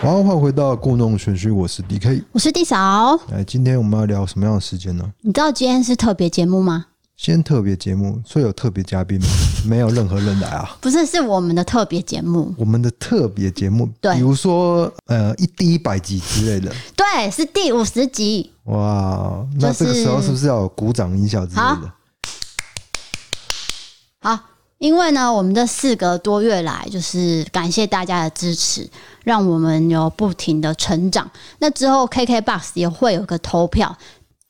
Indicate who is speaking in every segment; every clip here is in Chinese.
Speaker 1: 欢回到故弄玄虚，我是 DK。
Speaker 2: 我是地嫂。
Speaker 1: 哎，今天我们要聊什么样的时间呢？
Speaker 2: 你知道今天是特别节目吗？
Speaker 1: 先特别节目，所以有特别嘉宾吗？ 没有任何人来啊。
Speaker 2: 不是，是我们的特别节目。
Speaker 1: 我们的特别节目，
Speaker 2: 对
Speaker 1: 比如说呃一第一百集之类的，
Speaker 2: 对，是第五十集。
Speaker 1: 哇，那这个时候是不是要有鼓掌音效之类的？
Speaker 2: 好，因为呢，我们这四个多月来，就是感谢大家的支持，让我们有不停的成长。那之后，KKBOX 也会有个投票，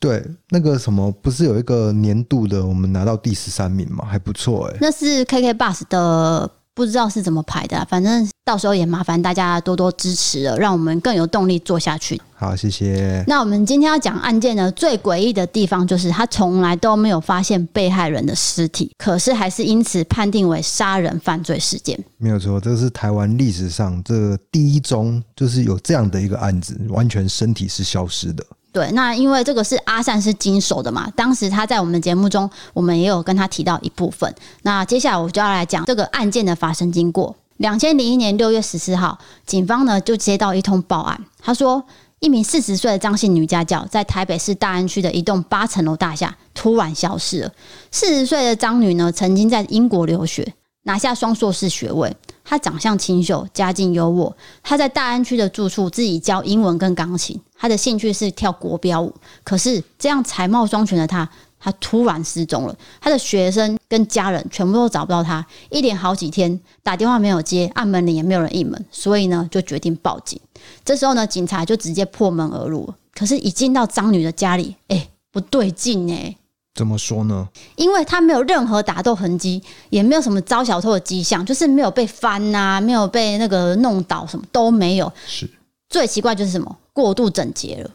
Speaker 1: 对，那个什么，不是有一个年度的，我们拿到第十三名嘛，还不错哎、
Speaker 2: 那是 KKBOX 的。不知道是怎么排的啊、反正到时候也麻烦大家多多支持了，让我们更有动力做下去。
Speaker 1: 好，谢谢。
Speaker 2: 那我们今天要讲案件的最诡异的地方，就是他从来都没有发现被害人的尸体，可是还是因此判定为杀人犯罪事件。
Speaker 1: 没有错，这是台湾历史上这个第一宗，就是有这样的一个案子，完全身体是消失的。
Speaker 2: 对，那因为这个是阿善是经手的嘛，当时他在我们节目中，我们也有跟他提到一部分。那接下来我就要来讲这个案件的发生经过。两千零一年六月十四号，警方呢就接到一通报案，他说一名四十岁的张姓女家教在台北市大安区的一栋八层楼大厦突然消失了。四十岁的张女呢，曾经在英国留学，拿下双硕士学位。她长相清秀，家境优渥，他在大安区的住处自己教英文跟钢琴，他的兴趣是跳国标舞。可是这样才貌双全的他，他突然失踪了。他的学生跟家人全部都找不到他，一连好几天打电话没有接，按门铃也没有人应门，所以呢就决定报警。这时候呢，警察就直接破门而入了。可是，一进到张女的家里，哎、不对劲哎、
Speaker 1: 怎么说呢？
Speaker 2: 因为他没有任何打斗痕迹，也没有什么招小偷的迹象，就是没有被翻呐、没有被那个弄倒，什么都没有。
Speaker 1: 是，
Speaker 2: 最奇怪就是什么？过度整洁了。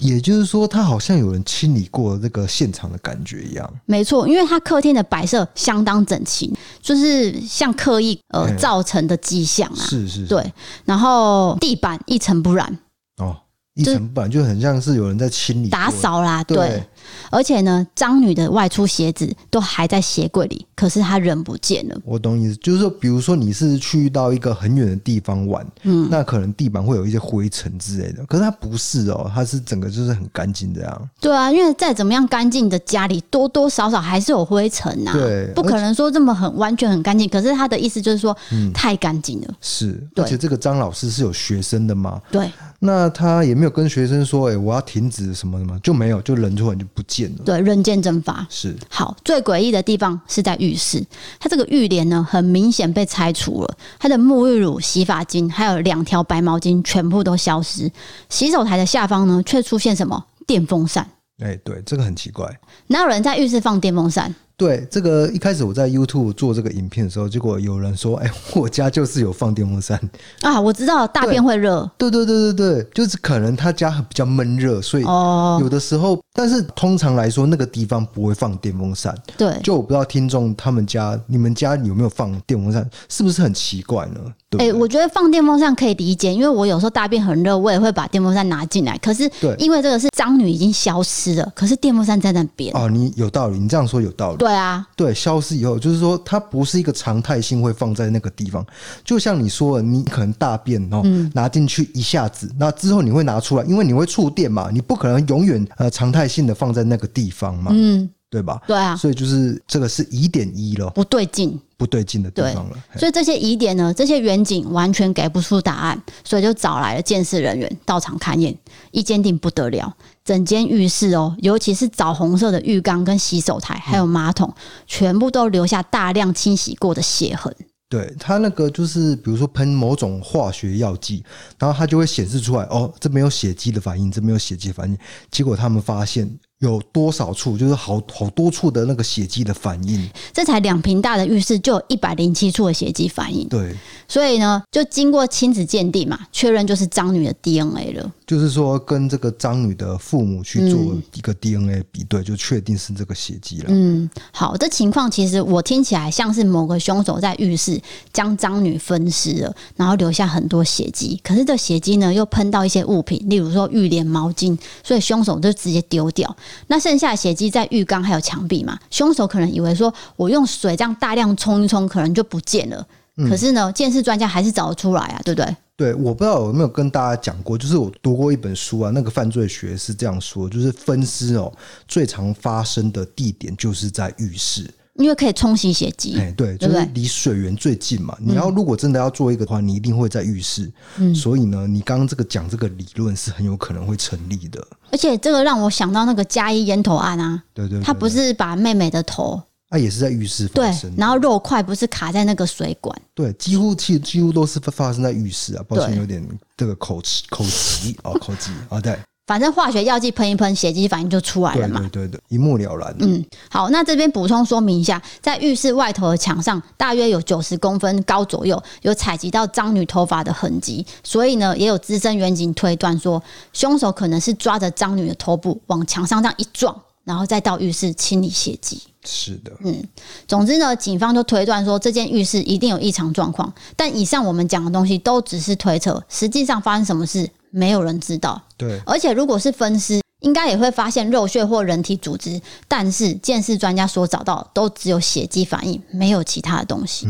Speaker 1: 也就是说，他好像有人清理过这个现场的感觉一样。
Speaker 2: 没错，因为它客厅的摆设相当整齐，就是像刻意呃
Speaker 1: 嗯
Speaker 2: 造成的迹象啊。
Speaker 1: 是是，是
Speaker 2: 对，然后地板一尘不染，
Speaker 1: 哦，一尘不染就很像是有人在清理过
Speaker 2: 打。扫啦，
Speaker 1: 对，
Speaker 2: 对，而且呢，张女的外出鞋子都还在鞋柜里，可是她人不见了。
Speaker 1: 我懂你意思，就是说，比如说你是去到一个很远的地方玩，嗯，那可能地板会有一些灰尘之类的，可是它不是哦，它是整个就是很干净这样。
Speaker 2: 对啊，因为再怎么样干净的家里，多多少少还是有灰尘呐、
Speaker 1: 对
Speaker 2: 不可能说这么很完全很干净。可是她的意思就是说，
Speaker 1: 嗯
Speaker 2: 太干净了。
Speaker 1: 是，
Speaker 2: 对
Speaker 1: 而且这个张老师是有学生的嘛，
Speaker 2: 对
Speaker 1: 那他也没有跟学生说，哎、我要停止什么什么，就没有，就人突然就不见了。
Speaker 2: 对，人间蒸发。
Speaker 1: 是，
Speaker 2: 好，最诡异的地方是在浴室，它这个浴帘呢，很明显被拆除了，它的沐浴乳、洗发精还有两条白毛巾全部都消失，洗手台的下方呢，却出现什么电风扇？
Speaker 1: 哎、对，这个很奇怪。
Speaker 2: 哪有人在浴室放电风扇？
Speaker 1: 对，这个一开始我在 YouTube 做这个影片的时候，结果有人说，哎、 我家就是有放电风扇。
Speaker 2: 啊，我知道大
Speaker 1: 对
Speaker 2: 便会热
Speaker 1: 对对对对对，就是可能他家比较闷热，所以
Speaker 2: 哦，
Speaker 1: 有的时候，但是通常来说，那个地方不会放电风扇。
Speaker 2: 对。
Speaker 1: 就我不知道听众他们家、你们家有没有放电风扇，是不是很奇怪呢？对不
Speaker 2: 哎、
Speaker 1: 对？
Speaker 2: 我觉得放电风扇可以理解，因为我有时候大便很热，我也会把电风扇拿进来。可是
Speaker 1: 对
Speaker 2: 因为这个是张女已经消失了，可是电风扇在那边。
Speaker 1: 哦，你有道理，你这样说有道理。
Speaker 2: 对啊，
Speaker 1: 对，消失以后，就是说它不是一个常态性会放在那个地方。就像你说的，你可能大便哦、拿进去一下子，那之后你会拿出来，因为你会触电嘛，你不可能永远呃常态性的放在那个地方嘛，
Speaker 2: 嗯，
Speaker 1: 对吧？
Speaker 2: 对啊，
Speaker 1: 所以就是这个是疑点一咯，
Speaker 2: 不对劲。
Speaker 1: 不对劲的地方了。嘿
Speaker 2: 所以这些疑点呢，这些远景完全给不出答案，所以就找来了鉴识人员到场勘验，一鉴定不得了，整间浴室哦，尤其是枣红色的浴缸跟洗手台，还有马桶，全部都留下大量清洗过的血痕。
Speaker 1: 对它那个就是，比如说喷某种化学药剂，然后它就会显示出来，哦，这边有血迹的反应，这边有血迹的反应。结果他们发现有多少处，就是好好多处的那个血迹的反应。
Speaker 2: 这才两平大的浴室就有一百零七处的血迹反应，
Speaker 1: 对，
Speaker 2: 所以呢，就经过亲子鉴定嘛，确认就是张女的 DNA 了。
Speaker 1: 就是说跟这个张女的父母去做一个 DNA 比对，就确定是这个血迹了。
Speaker 2: 嗯，好，这情况其实我听起来像是某个凶手在浴室将张女分尸了，然后留下很多血迹。可是这血迹呢，又喷到一些物品，例如说浴帘、毛巾，所以凶手就直接丢掉。那剩下的血迹在浴缸还有墙壁嘛，凶手可能以为说我用水这样大量冲一冲，可能就不见了。可是呢，鉴识专家还是找得出来啊，对不对？
Speaker 1: 对，我不知道有没有跟大家讲过，就是我读过一本书啊，那个犯罪学是这样说，就是分尸哦，最常发生的地点就是在浴室。
Speaker 2: 因为可以冲洗血迹。
Speaker 1: 哎、对，
Speaker 2: 对嗯
Speaker 1: 就
Speaker 2: 不
Speaker 1: 是
Speaker 2: 对
Speaker 1: 离水源最近嘛。你要如果真的要做一个的话，你一定会在浴室。
Speaker 2: 嗯
Speaker 1: 所以呢，你刚刚这个讲这个理论是很有可能会成立的。
Speaker 2: 而且这个让我想到那个加一烟头案啊，
Speaker 1: 对对对，
Speaker 2: 他不是把妹妹的头
Speaker 1: 它也是在浴室
Speaker 2: 对
Speaker 1: 发生，的。
Speaker 2: 然后肉块不是卡在那个水管，
Speaker 1: 对，几乎其几乎都是发发生在浴室啊。抱歉，
Speaker 2: 对
Speaker 1: 有点这个口吃口 急哦，口急啊，对
Speaker 2: 反正化学药剂喷一喷，血迹反应就出来
Speaker 1: 对
Speaker 2: 了嘛。
Speaker 1: 对对对，一目了然。
Speaker 2: 哎
Speaker 1: 啊
Speaker 2: 嗯，好，那这边补充说明一下，在浴室外头的墙上，大约有九十公分高左右，有采集到张女头发的痕迹，所以呢，也有资深远警推断说，凶手可能是抓着张女的头部往墙上这样一撞，然后再到浴室清理血迹。
Speaker 1: 是的，
Speaker 2: 嗯总之呢，警方就推断说这间浴室一定有异常状况，但以上我们讲的东西都只是推测，实际上发生什么事没有人知道。
Speaker 1: 对
Speaker 2: 而且如果是分尸，应该也会发现肉屑或人体组织，但是鉴识专家所找到的都只有血迹反应，没有其他的东西，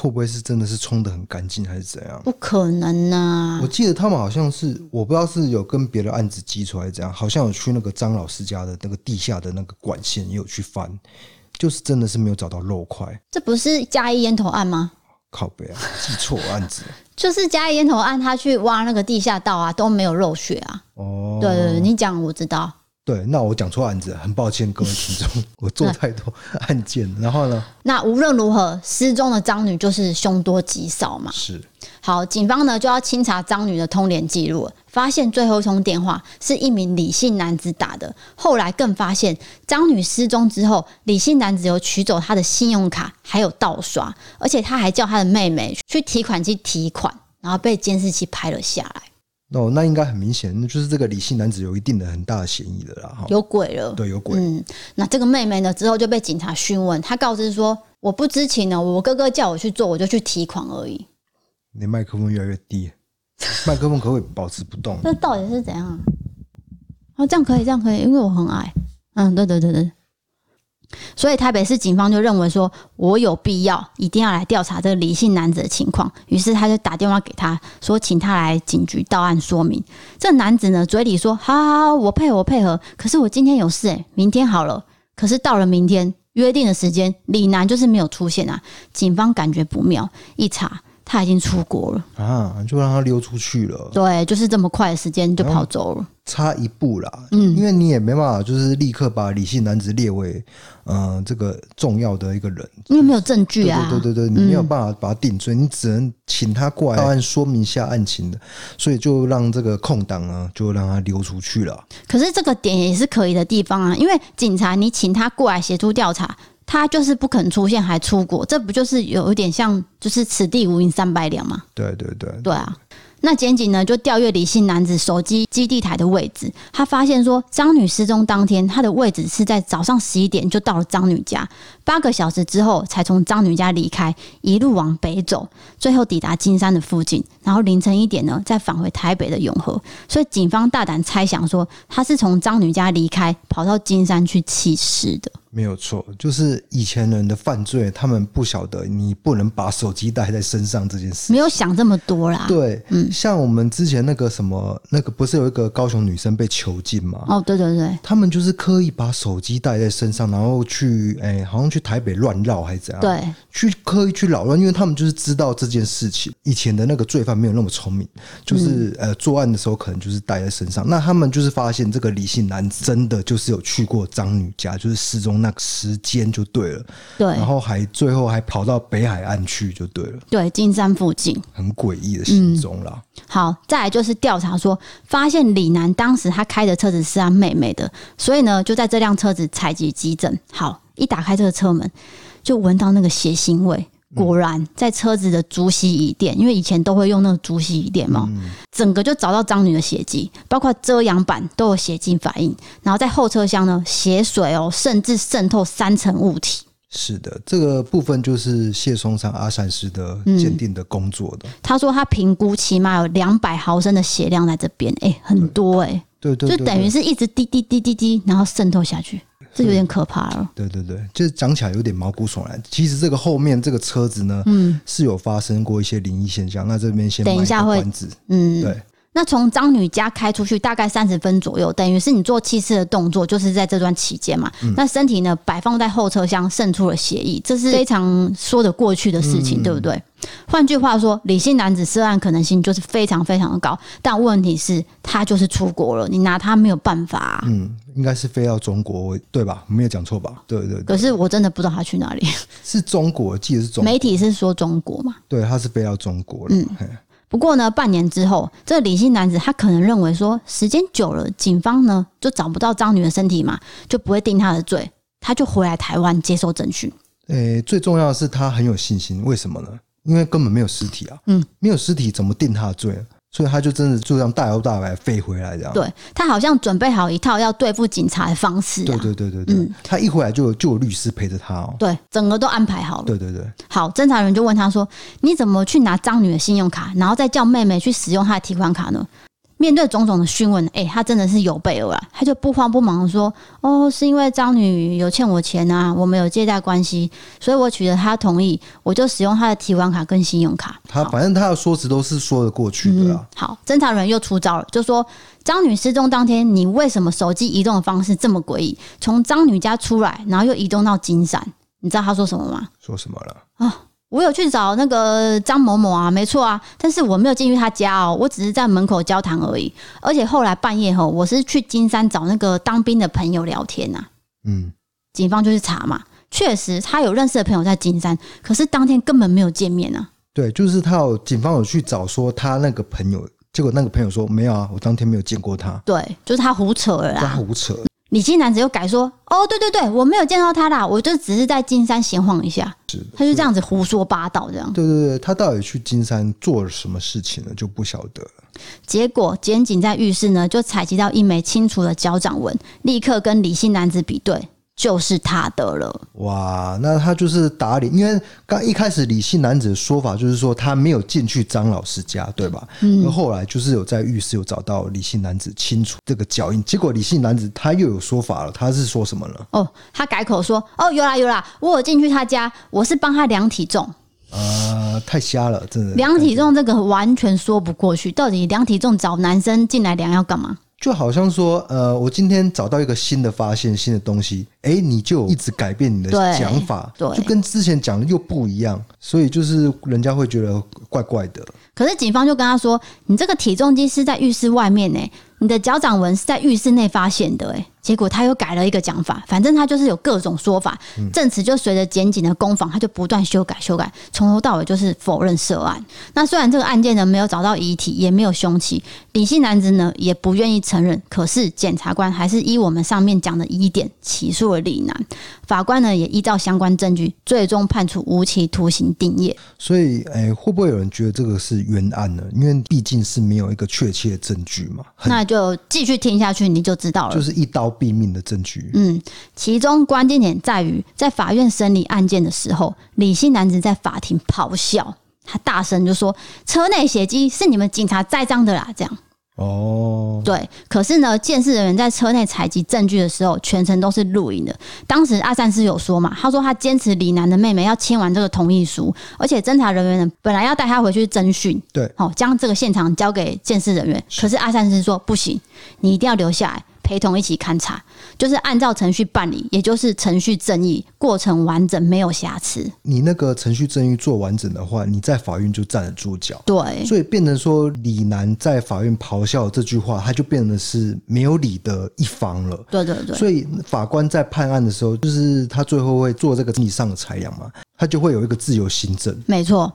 Speaker 1: 会不会是真的是冲的很干净，还是怎样？
Speaker 2: 不可能啊呐、
Speaker 1: 我记得他们好像是，我不知道是有跟别的案子基础还是怎样，好像有去那个张老师家的那个地下的那个管线也有去翻，就是真的是没有找到肉块，
Speaker 2: 这不是嘉义烟头案吗？
Speaker 1: 靠北 啊，记错案子
Speaker 2: 就是嘉义烟头案，他去挖那个地下道啊，都没有肉血啊。
Speaker 1: 哦。
Speaker 2: 对对对，你讲我知道。
Speaker 1: 对，那我讲错案子，很抱歉各位听众，我做太多案件了。然后呢，
Speaker 2: 那无论如何，失踪的张女就是凶多吉少嘛。
Speaker 1: 是
Speaker 2: 好，警方呢就要清查张女的通联记录了，发现最后一通电话是一名李姓男子打的。后来更发现，张女失踪之后，李姓男子有取走她的信用卡，还有盗刷，而且他还叫他的妹妹去提款机提款，然后被监视器拍了下来，
Speaker 1: 哦，那应该很明显，就是这个理性男子有一定的很大的嫌疑的啦。哈，
Speaker 2: 有鬼了。
Speaker 1: 对有鬼，
Speaker 2: 嗯，那这个妹妹呢之后就被警察讯问，她告知说：“我不知情呢，我哥哥叫我去做，我就去提款而已。
Speaker 1: 你麦克风越来越低，麦克风可不可以保持不 动”？
Speaker 2: 那到底是怎样啊？哦，这样可以，这样可以，因为我很矮。嗯，对对对对。所以台北市警方就认为说，我有必要一定要来调查这个李姓男子的情况，于是他就打电话给他说，请他来警局到案说明。这男子呢嘴里说好好好，我配合我配合，可是我今天有事诶、欸明天好了。可是到了明天约定的时间，李男就是没有出现啊，警方感觉不妙，一查他已经出国了，
Speaker 1: 啊，就让他溜出去了。
Speaker 2: 对，就是这么快的时间就跑走了。
Speaker 1: 差一步啦，嗯，因为你也没办法，就是立刻把理性男子列为，嗯、这个重要的一个人，
Speaker 2: 因为没有证据
Speaker 1: 对
Speaker 2: 啊。
Speaker 1: 对对对对，你没有办法把他定罪，你只能请他过来到案说明一下案情的，所以就让这个空档呢，就让他溜出去了，
Speaker 2: 可是这个点也是可疑的地方啊，因为警察你请他过来协助调查，他就是不肯出现，还出国，这不就是有一点像就是此地无银三百两吗？
Speaker 1: 对对对，
Speaker 2: 对啊。那检警呢就调阅李姓男子手机基地台的位置，他发现说张女失踪当天，他的位置是在早上十一点就到了张女家，八个小时之后才从张女家离开，一路往北走，最后抵达金山的附近，然后凌晨一点呢再返回台北的永和，所以警方大胆猜想说他是从张女家离开，跑到金山去弃尸的。
Speaker 1: 没有错，就是以前人的犯罪，他们不晓得你不能把手机带在身上这件事。
Speaker 2: 没有想这么多啦。
Speaker 1: 对，啊
Speaker 2: 嗯
Speaker 1: 像我们之前那个什么，那个不是有一个高雄女生被囚禁吗？
Speaker 2: 哦，对对对，
Speaker 1: 他们就是刻意把手机带在身上，然后去，哎、好像去台北乱绕还是怎样？，
Speaker 2: 对，
Speaker 1: 去刻意去扰乱，因为他们就是知道这件事情。以前的那个罪犯没有那么聪明，就是、
Speaker 2: 嗯
Speaker 1: 呃，作案的时候可能就是带在身上。那他们就是发现这个李姓男子真的就是有去过张女家，就是失踪那个时间就对了，
Speaker 2: 对
Speaker 1: 然后还最后还跑到北海岸去就对了，
Speaker 2: 对，金山附近。
Speaker 1: 很诡异的行踪啦。
Speaker 2: 嗯好，再来就是调查说，发现李楠当时他开的车子是他妹妹的，所以呢，就在这辆车子采集急诊。好，一打开这个车门，就闻到那个血腥味。果然，在车子的竹席椅垫，因为以前都会用那个竹席椅垫嘛，整个就找到张女的血迹，包括遮阳板都有血迹反应，然后在后车厢呢，血水哦，甚至渗透三层物体。
Speaker 1: 是的，这个部分就是谢松山阿善师的
Speaker 2: 嗯
Speaker 1: 鉴定的工作的。
Speaker 2: 他说他评估起码有两百毫升的血量在这边，哎、很多哎、
Speaker 1: 对对
Speaker 2: 就
Speaker 1: 对，
Speaker 2: 等于是一直滴滴滴滴滴，然后渗透下去，这有点可怕了。
Speaker 1: 对对对，就是讲起来有点毛骨悚然。其实这个后面这个车子呢，嗯，是有发生过一些灵异现象。那这边先
Speaker 2: 等一
Speaker 1: 卖
Speaker 2: 下
Speaker 1: 个
Speaker 2: 会
Speaker 1: 关子，
Speaker 2: 嗯，
Speaker 1: 对，
Speaker 2: 那从张女家开出去大概三十分左右，等于是你做七次的动作，就是在这段期间嘛。
Speaker 1: 嗯
Speaker 2: 那身体呢摆放在后车厢，渗出了血液，这是非常说得过去的事
Speaker 1: 嗯
Speaker 2: 情，对不对？换句话说，理性男子涉案可能性就是非常非常的高，但问题是，他就是出国了，你拿他没有办法啊、
Speaker 1: 嗯，应该是飞到中国对吧？没有讲错吧？对对对，
Speaker 2: 可是我真的不知道他去哪里，
Speaker 1: 是中国，记得是中，
Speaker 2: 媒体是说中国嘛？
Speaker 1: 对，他是飞到中国
Speaker 2: 嗯
Speaker 1: 了。嘿
Speaker 2: 不过呢，半年之后，这个李姓男子他可能认为说，时间久了，警方呢就找不到张女的身体嘛，就不会定她的罪，他就回来台湾接受侦讯。
Speaker 1: 诶、最重要的是他很有信心，为什么呢？因为根本没有尸体啊，
Speaker 2: 嗯，
Speaker 1: 没有尸体怎么定他的罪呢？所以他就真的就这样大摇大摆飞回来这样。
Speaker 2: 对他好像准备好一套要对付警察的方式、啊，
Speaker 1: 对对对对对，他一回来就有就有律师陪着他哦。
Speaker 2: 对整个都安排好了。
Speaker 1: 对对对，
Speaker 2: 好，侦查员就问他说：“你怎么去拿张女的信用卡，然后再叫妹妹去使用她的提款卡呢？”面对种种的讯问，哎、他真的是有备而来，他就不慌不忙的说：“哦，是因为张女有欠我钱啊，我们有借贷关系，所以我取得她同意，我就使用她的提款卡跟信用卡。好”
Speaker 1: 他反正他的说辞都是说得过去的啊。
Speaker 2: 好，侦查人又出招了，就说张女失踪当天，你为什么手机移动的方式这么诡异？从张女家出来，然后又移动到金山，你知道他说什么吗？
Speaker 1: 说什么了？
Speaker 2: 我有去找那个张某某啊，没错啊，但是我没有进去他家哦，我只是在门口交谈而已。而且后来半夜吼，我是去金山找那个当兵的朋友聊天呐、
Speaker 1: 嗯，
Speaker 2: 警方就去查嘛，确实他有认识的朋友在金山，可是当天根本没有见面啊。
Speaker 1: 对，就是他有警方有去找说他那个朋友，结果那个朋友说没有啊，我当天没有见过他，
Speaker 2: 对，就是他胡扯了
Speaker 1: 他
Speaker 2: 啦。
Speaker 1: 胡扯。
Speaker 2: 李姓男子又改说，哦，对对对，我没有见到他啦，我就只是在金山闲晃一下。他就这样子胡说八道这样。
Speaker 1: 对对对，他到底去金山做了什么事情呢？就不晓得了。
Speaker 2: 结果检警在浴室呢就采集到一枚清楚的脚掌纹，立刻跟李姓男子比对，就是他的了。
Speaker 1: 哇，那他就是打脸，因为刚一开始李姓男子的说法就是说他没有进去张老师家，对吧？嗯。后来就是有在浴室有找到李姓男子清楚这个脚印，结果李姓男子他又有说法了，他是说什么呢？
Speaker 2: 哦，他改口说，哦，有啦有啦，我有进去他家，我是帮他量体重，
Speaker 1: 啊，太瞎了，真的。
Speaker 2: 量体重这个完全说不过去，到底量体重找男生进来量要干嘛？
Speaker 1: 就好像说，呃，我今天找到一个新的发现、新的东西，哎、你就一直改变你的
Speaker 2: 对
Speaker 1: 讲法，
Speaker 2: 对
Speaker 1: 就跟之前讲的又不一样，所以就是人家会觉得怪怪的。
Speaker 2: 可是警方就跟他说，你这个体重机是在浴室外面呢、欸你的脚掌纹是在浴室内发现的、欸，结果他又改了一个讲法，反正他就是有各种说法。证词就随着检警的攻防，他就不断修改修改，从头到尾就是否认涉案。那虽然这个案件呢没有找到遗体，也没有凶器，李姓男子呢也不愿意承认，可是检察官还是依我们上面讲的疑点起诉了李男，法官呢也依照相关证据，最终判处无期徒刑定谳。
Speaker 1: 所以，哎、会不会有人觉得这个是冤案呢？因为毕竟是没有一个确切的证据嘛，很
Speaker 2: 那就继续听下去，你就知道了
Speaker 1: 就。是一刀毙命的证据。
Speaker 2: 嗯，其中关键点在于，在法院审理案件的时候，李姓男子在法庭咆哮，他大声就说：“车内血迹是你们警察栽赃的啦！”这样
Speaker 1: 哦，
Speaker 2: 对。可是呢，监视人员在车内采集证据的时候，全程都是录影的。当时阿善师有说嘛，他说他坚持李楠的妹妹要签完这个同意书，而且侦查人员呢本来要带他回去侦讯，
Speaker 1: 对，
Speaker 2: 好、将这个现场交给监视人员。可是阿善师说不行，你一定要留下来陪同一起勘查，就是按照程序办理，也就是程序正义，过程完整没有瑕疵。
Speaker 1: 你那个程序正义做完整的话，你在法院就站得住脚。
Speaker 2: 对，
Speaker 1: 所以变成说，李楠在法院咆哮这句话，他就变得是没有理的一方了。
Speaker 2: 对对对，
Speaker 1: 所以法官在判案的时候，就是他最后会做这个以上的裁量嘛，他就会有一个自由行政。
Speaker 2: 没错。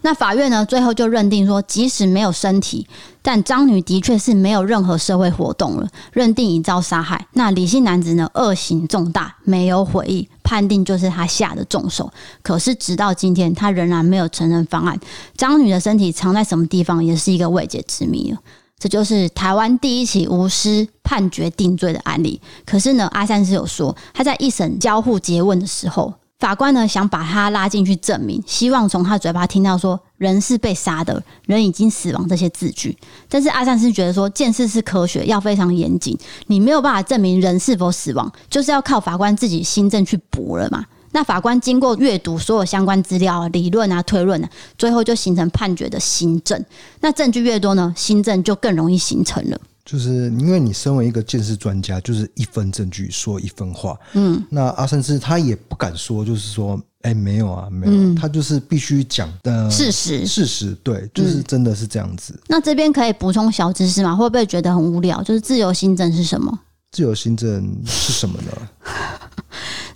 Speaker 2: 那法院呢，最后就认定说，即使没有身体，但张女的确是没有任何社会活动了，认定已遭杀害。那李姓男子呢，恶行重大，没有悔意，判定就是他下的重手。可是直到今天，他仍然没有承认方案。张女的身体藏在什么地方，也是一个未解之谜了。这就是台湾第一起无私判决定罪的案例。可是呢，阿三是有说，他在一审交互诘问的时候，法官呢想把他拉进去证明，希望从他嘴巴听到说人是被杀的，人已经死亡这些字句。但是阿善斯觉得说，见识是科学，要非常严谨，你没有办法证明人是否死亡，就是要靠法官自己新证去补了嘛。那法官经过阅读所有相关资料啊、理论啊、推论啊，最后就形成判决的新证。那证据越多呢，新证就更容易形成了。
Speaker 1: 就是因为你身为一个鉴识专家，就是一分证据说一分话。嗯，那阿三斯他也不敢说，就是说，哎、没有啊，没有啊、他就是必须讲的
Speaker 2: 嗯事实嗯
Speaker 1: 事实对，就是真的是这样子。
Speaker 2: 那这边可以补充小知识吗？会不会觉得很无聊？就是自由新政是什么？
Speaker 1: 自由新政是什 么呢？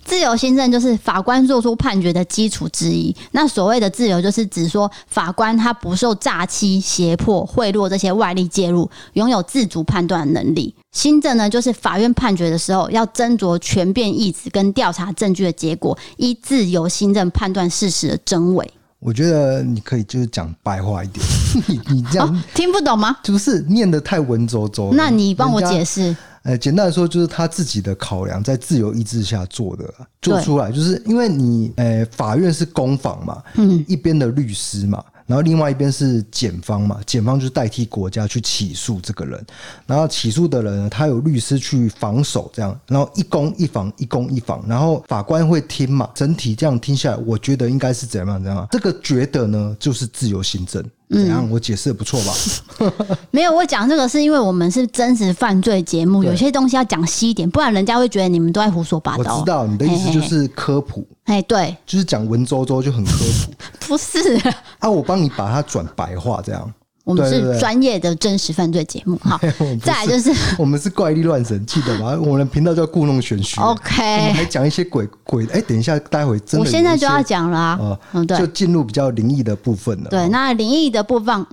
Speaker 2: 自由新政就是法官做出判决的基础之一。那所谓的自由，就是指说法官他不受诈欺、胁迫、贿赂这些外力介入，拥有自主判断能力。新政呢，就是法院判决的时候要斟酌权辩意旨跟调查证据的结果，依自由新政判断事实的真伪。哦
Speaker 1: 我觉得你可以就是讲白话一点，你你这样
Speaker 2: 哦，听不懂吗？
Speaker 1: 就是念得太文绉绉了。
Speaker 2: 那你帮我
Speaker 1: 人家
Speaker 2: 解释。
Speaker 1: 呃，简单来说，就是他自己的考量，在自由意志下做的啊做
Speaker 2: 对
Speaker 1: 出来，就是因为你，呃，法院是公房嘛，
Speaker 2: 嗯
Speaker 1: 一边的律师嘛，然后另外一边是检方嘛，检方就是代替国家去起诉这个人，然后起诉的人呢他有律师去防守，这样，然后一攻一防，一攻一防，然后法官会听嘛，整体这样听下来，我觉得应该是怎样怎样啊，这个觉得呢就是自由行政，
Speaker 2: 嗯
Speaker 1: 怎样？我解释的不错 吧？
Speaker 2: 没有，我讲这个是因为我们是真实犯罪节目，
Speaker 1: 对
Speaker 2: 有些东西要讲细一点，不然人家会觉得你们都在胡说八
Speaker 1: 我
Speaker 2: 道。
Speaker 1: 知道你的意思就是科普。
Speaker 2: 哎，哎对，
Speaker 1: 就是讲文绉绉就很科普，
Speaker 2: 不是，
Speaker 1: 啊，我帮你把它转白话，这样。
Speaker 2: 我们
Speaker 1: 对对
Speaker 2: 是
Speaker 1: 对
Speaker 2: 专业的真实犯罪节目。好
Speaker 1: 我们，不
Speaker 2: 再来就是
Speaker 1: 我们是怪力乱神，记得吧？我们的频道叫故弄玄虚。我们
Speaker 2: OK，
Speaker 1: 还讲一些鬼鬼。哎、等一下，待会真的有
Speaker 2: 我
Speaker 1: 一些。
Speaker 2: 现在就要讲了啊。
Speaker 1: 啊，
Speaker 2: 嗯，
Speaker 1: 就
Speaker 2: 对
Speaker 1: 进入比较灵异的部分了。
Speaker 2: 对，那灵异的部分，
Speaker 1: 哦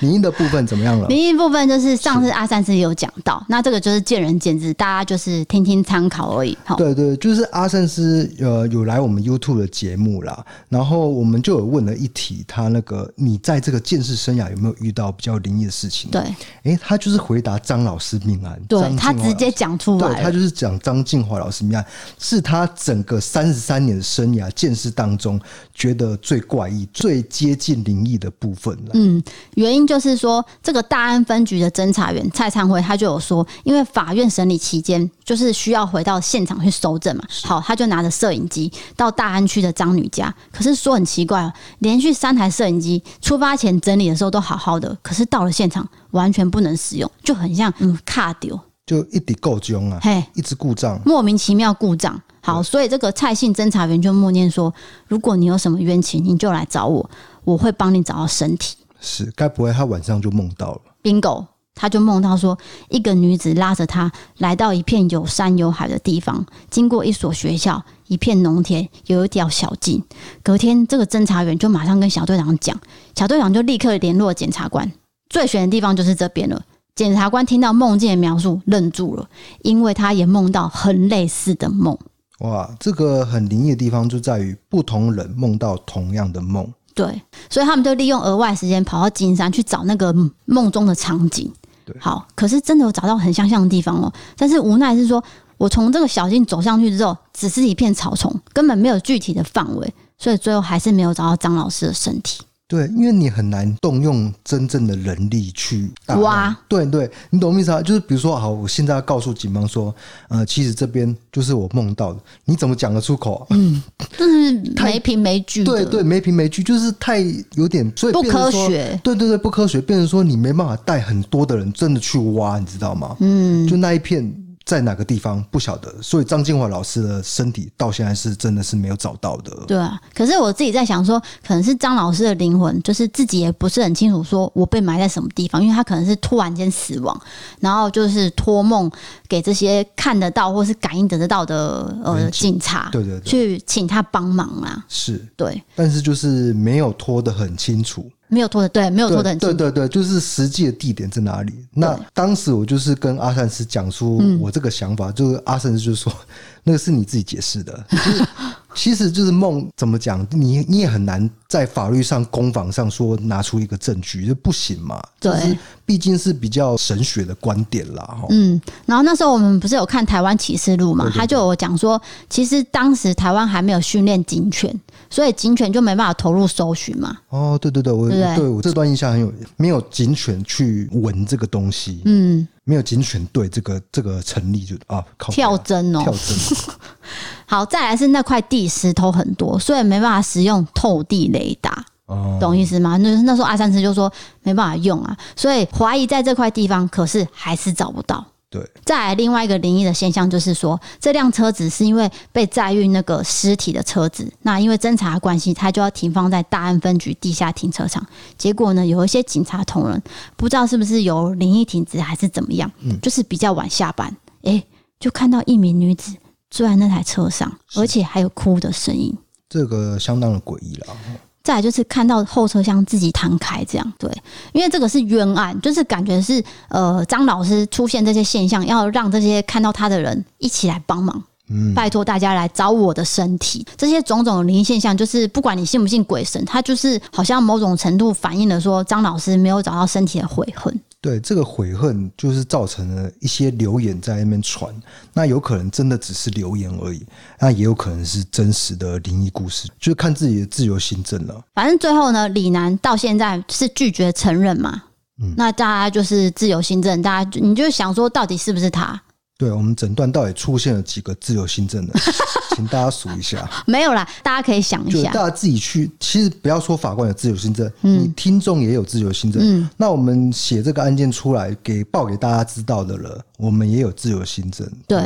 Speaker 1: 灵异的部分怎么样了？
Speaker 2: 灵异部分就是上次阿三斯有讲到，那这个就是见仁见智，大家就是听听参考而已。好，
Speaker 1: 对对，就是阿胜斯呃有来我们 YouTube 的节目啦，然后我们就有问了一题，他那个你在这个见识生涯有没有遇到比较灵异的事情？，
Speaker 2: 对
Speaker 1: 哎、他就是回答张老师命案，张
Speaker 2: 对，
Speaker 1: 静
Speaker 2: 他
Speaker 1: 华老
Speaker 2: 直
Speaker 1: 师
Speaker 2: 接讲出
Speaker 1: 对
Speaker 2: 来
Speaker 1: 他
Speaker 2: 了。
Speaker 1: 就是讲张静华老师一样，是他整个三十三年的生涯见识当中，觉得最怪异、最接近灵异的部分了。
Speaker 2: 嗯，原因就是说，这个大安分局的侦查员蔡昌辉他就有说，因为法院审理期间，就是需要回到现场去搜证嘛。好，他就拿着摄影机到大安区的张女家。可是说很奇怪哦，连续三台摄影机出发前整理的时候都好好的，可是到了现场完全不能使用，就很像嗯卡丢，
Speaker 1: 就一滴够凶啊，
Speaker 2: 嘿，
Speaker 1: 一直故障。
Speaker 2: 莫名其妙故障。好，所以这个蔡姓侦查员就默念说：“如果你有什么冤情，你就来找我，我会帮你找到身体。”
Speaker 1: 是，该不会他晚上就梦到了？
Speaker 2: bingo，他就梦到说，一个女子拉着他来到一片有山有海的地方，经过一所学校、一片农田，有一条小径。隔天，这个侦查员就马上跟小队长讲，小队长就立刻联络检察官。最悬的地方就是这边了。检察官听到梦境的描述，愣住了，因为他也梦到很类似的梦。
Speaker 1: 哇，这个很灵异的地方就在于不同人梦到同样的梦。
Speaker 2: 对，所以他们就利用额外时间跑到金山去找那个梦中的场景
Speaker 1: 对。
Speaker 2: 好，可是真的有找到很相像的地方哦，但是无奈是说，我从这个小径走上去之后，只是一片草丛，根本没有具体的范围，所以最后还是没有找到张老师的身体。
Speaker 1: 对，因为你很难动用真正的人力去打量
Speaker 2: 挖。
Speaker 1: 对对，你懂我意思啊？就是比如说，好，我现在要告诉警方说，呃，其实这边就是我梦到的，你怎么讲得出口啊？
Speaker 2: 就是没凭没据的，
Speaker 1: 对对，没凭没据，就是太有点，所以
Speaker 2: 不
Speaker 1: 变成
Speaker 2: 科
Speaker 1: 说。
Speaker 2: 学。
Speaker 1: 对对对，不科学，变成说你没办法带很多的人真的去挖，你知道吗？嗯，就那一片在哪个地方不晓得，所以张静华老师的身体到现在是真的是没有找到的。
Speaker 2: 对啊，可是我自己在想说，可能是张老师的灵魂，就是自己也不是很清楚，说我被埋在什么地方，因为他可能是突然间死亡，然后就是托梦给这些看得到或是感应得到的呃
Speaker 1: 人
Speaker 2: 警察，
Speaker 1: 对对对
Speaker 2: 去请他帮忙啦。
Speaker 1: 是，
Speaker 2: 对，
Speaker 1: 但是就是没有拖得很清楚。
Speaker 2: 没有拖的，对，没有拖的
Speaker 1: 对
Speaker 2: 很清
Speaker 1: 对
Speaker 2: 楚。
Speaker 1: 对对，就是实际的地点在哪里？那当时我就是跟阿善斯
Speaker 2: 嗯
Speaker 1: 讲出我这个想法，就是阿善斯就说那个是你自己解释的，就是其实就是梦怎么讲，你你也很难在法律上、公防上说拿出一个证据，这不行嘛。
Speaker 2: 对，
Speaker 1: 毕竟是比较神学的观点啦，哈、
Speaker 2: 嗯，然后那时候我们不是有看台湾启示录嘛，他就有讲说，其实当时台湾还没有训练警犬，所以警犬就没办法投入搜寻嘛。
Speaker 1: 哦，对对对，我
Speaker 2: 对不对
Speaker 1: 我这段印象很有，没有警犬去闻这个东西，
Speaker 2: 嗯，
Speaker 1: 没有警犬对这个这个成立就啊，靠北啊
Speaker 2: 跳针哦、
Speaker 1: 跳 针，
Speaker 2: 好，再来是那块地石头很多，所以没办法使用透地雷达。
Speaker 1: 哦
Speaker 2: 懂意思吗？那那时候阿三师就说没办法用啊，所以怀疑在这块地方，可是还是找不到。
Speaker 1: 对，
Speaker 2: 再来另外一个灵异的现象就是说，这辆车子是因为被载运那个尸体的车子，那因为侦查关系，它就要停放在大安分局地下停车场。结果呢，有一些警察同仁不知道是不是由灵异停职还是怎么样，就是比较晚下班，诶、就看到一名女子坐在那台车上，而且还有哭的声音。
Speaker 1: 这个相当的诡异啦。
Speaker 2: 再来就是看到后车厢自己摊开这样，对，因为这个是冤案，就是感觉是呃张老师出现这些现象，要让这些看到他的人一起来帮忙，
Speaker 1: 嗯
Speaker 2: 拜托大家来找我的身体，这些种种的灵异现象，就是不管你信不信鬼神，它就是好像某种程度反映了说张老师没有找到身体的悔恨，
Speaker 1: 对，这个悔恨就是造成了一些流言在那边传，那有可能真的只是流言而已，那也有可能是真实的灵异故事，就是看自己的自由心证了。
Speaker 2: 反正最后呢，李楠到现在是拒绝承认嘛，
Speaker 1: 嗯
Speaker 2: 那大家就是自由心证，大家就你就想说到底是不是他？
Speaker 1: 对我们诊断到底出现了几个自由心 证的，请大家数一下。
Speaker 2: 没有啦，大家可以想
Speaker 1: 就
Speaker 2: 一
Speaker 1: 是
Speaker 2: 下嗯
Speaker 1: 大。家自己去，其实不要说法官有自由心证，你听众也有自由心证。那我们写这个案件出来给报给大家知道的了，我们也有自由心证。哦
Speaker 2: 对，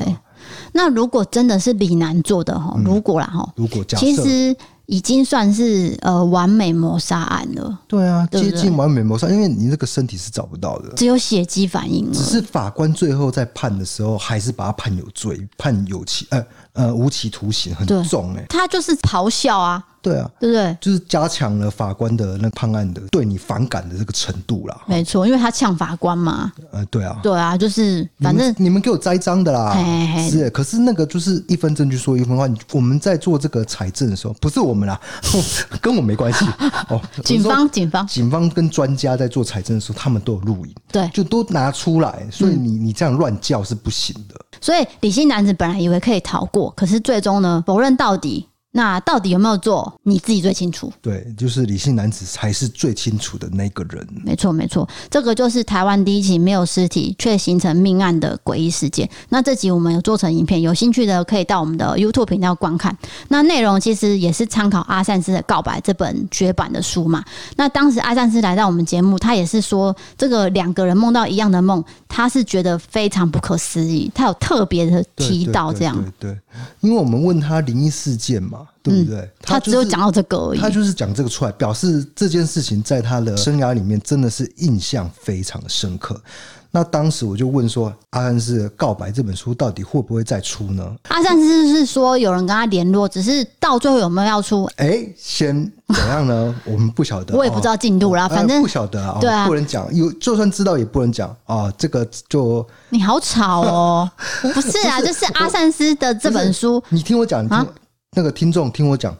Speaker 2: 那如果真的是李楠做的哈，如果啦哈，
Speaker 1: 如嗯果假
Speaker 2: 其
Speaker 1: 设
Speaker 2: 实已经算是呃完美谋杀案了，
Speaker 1: 对啊，
Speaker 2: 对
Speaker 1: 接
Speaker 2: 不
Speaker 1: 近完美谋杀，因为你这个身体是找不到的。
Speaker 2: 只有血迹反应
Speaker 1: 只
Speaker 2: 了。
Speaker 1: 是法官最后在判的时候，还是把他判有罪，判有期呃呃无期徒刑，很
Speaker 2: 对
Speaker 1: 重哎、
Speaker 2: 他就是咆哮啊，
Speaker 1: 对啊，
Speaker 2: 对不对？
Speaker 1: 就是加强了法官的那判案的对你反感的这个程度啦。
Speaker 2: 没错，因为他呛法官嘛，
Speaker 1: 呃，对啊，
Speaker 2: 对啊，就是反
Speaker 1: 你
Speaker 2: 正
Speaker 1: 们你们给我栽赃的啦
Speaker 2: 嘿嘿，嘿
Speaker 1: 是欸。可是那个就是一分证据说一分话，你我们在做这个财政的时候，不是我们啦， 跟我没关系哦。
Speaker 2: 警
Speaker 1: 我是说、
Speaker 2: 方警方
Speaker 1: 警方跟专家在做财政的时候，他们都有录影，
Speaker 2: 对，
Speaker 1: 就都拿出来，所以
Speaker 2: 嗯
Speaker 1: 你你这样乱叫是不行的。
Speaker 2: 所以李姓男子本来以为可以逃过，可是最终呢否认到底。那到底有没有做，你自己最清楚。
Speaker 1: 对，就是理性男子才是最清楚的那个人。
Speaker 2: 没错，没错，这个就是台湾第一起没有尸体却形成命案的诡异事件。那这集我们有做成影片，有兴趣的可以到我们的 YouTube 频道观看。那内容其实也是参考阿善斯的《告白》这本绝版的书嘛。那当时阿善斯来到我们节目，他也是说，这个两个人梦到一样的梦，他是觉得非常不可思议，他有特别的
Speaker 1: 对
Speaker 2: 提
Speaker 1: 对
Speaker 2: 到
Speaker 1: 对
Speaker 2: 这样，嗯
Speaker 1: 对对，因为我们问他灵异事件嘛，对不对？
Speaker 2: 他
Speaker 1: 就
Speaker 2: 只有
Speaker 1: 是
Speaker 2: 讲到这个而
Speaker 1: 他
Speaker 2: 已。
Speaker 1: 就是讲这个出来，表示这件事情在他的生涯里面真的是印象非常深刻。那当时我就问说，《阿甘斯的告白》这本书到底会不会再出呢？
Speaker 2: 阿善斯是说有人跟他联络，只是到最后有没有要出，
Speaker 1: 哎、先怎样呢？我们不晓得，
Speaker 2: 我也不知道进度啦。
Speaker 1: 哦。
Speaker 2: 反
Speaker 1: 哎
Speaker 2: 正
Speaker 1: 不晓得啊，哦
Speaker 2: 对啊
Speaker 1: 不能讲。有就算知道也不能讲啊，这个就
Speaker 2: 你好吵 哦！不是啊，就是阿善斯的这本书，
Speaker 1: 你听我讲，你
Speaker 2: 啊
Speaker 1: 听我、那个听众听我讲，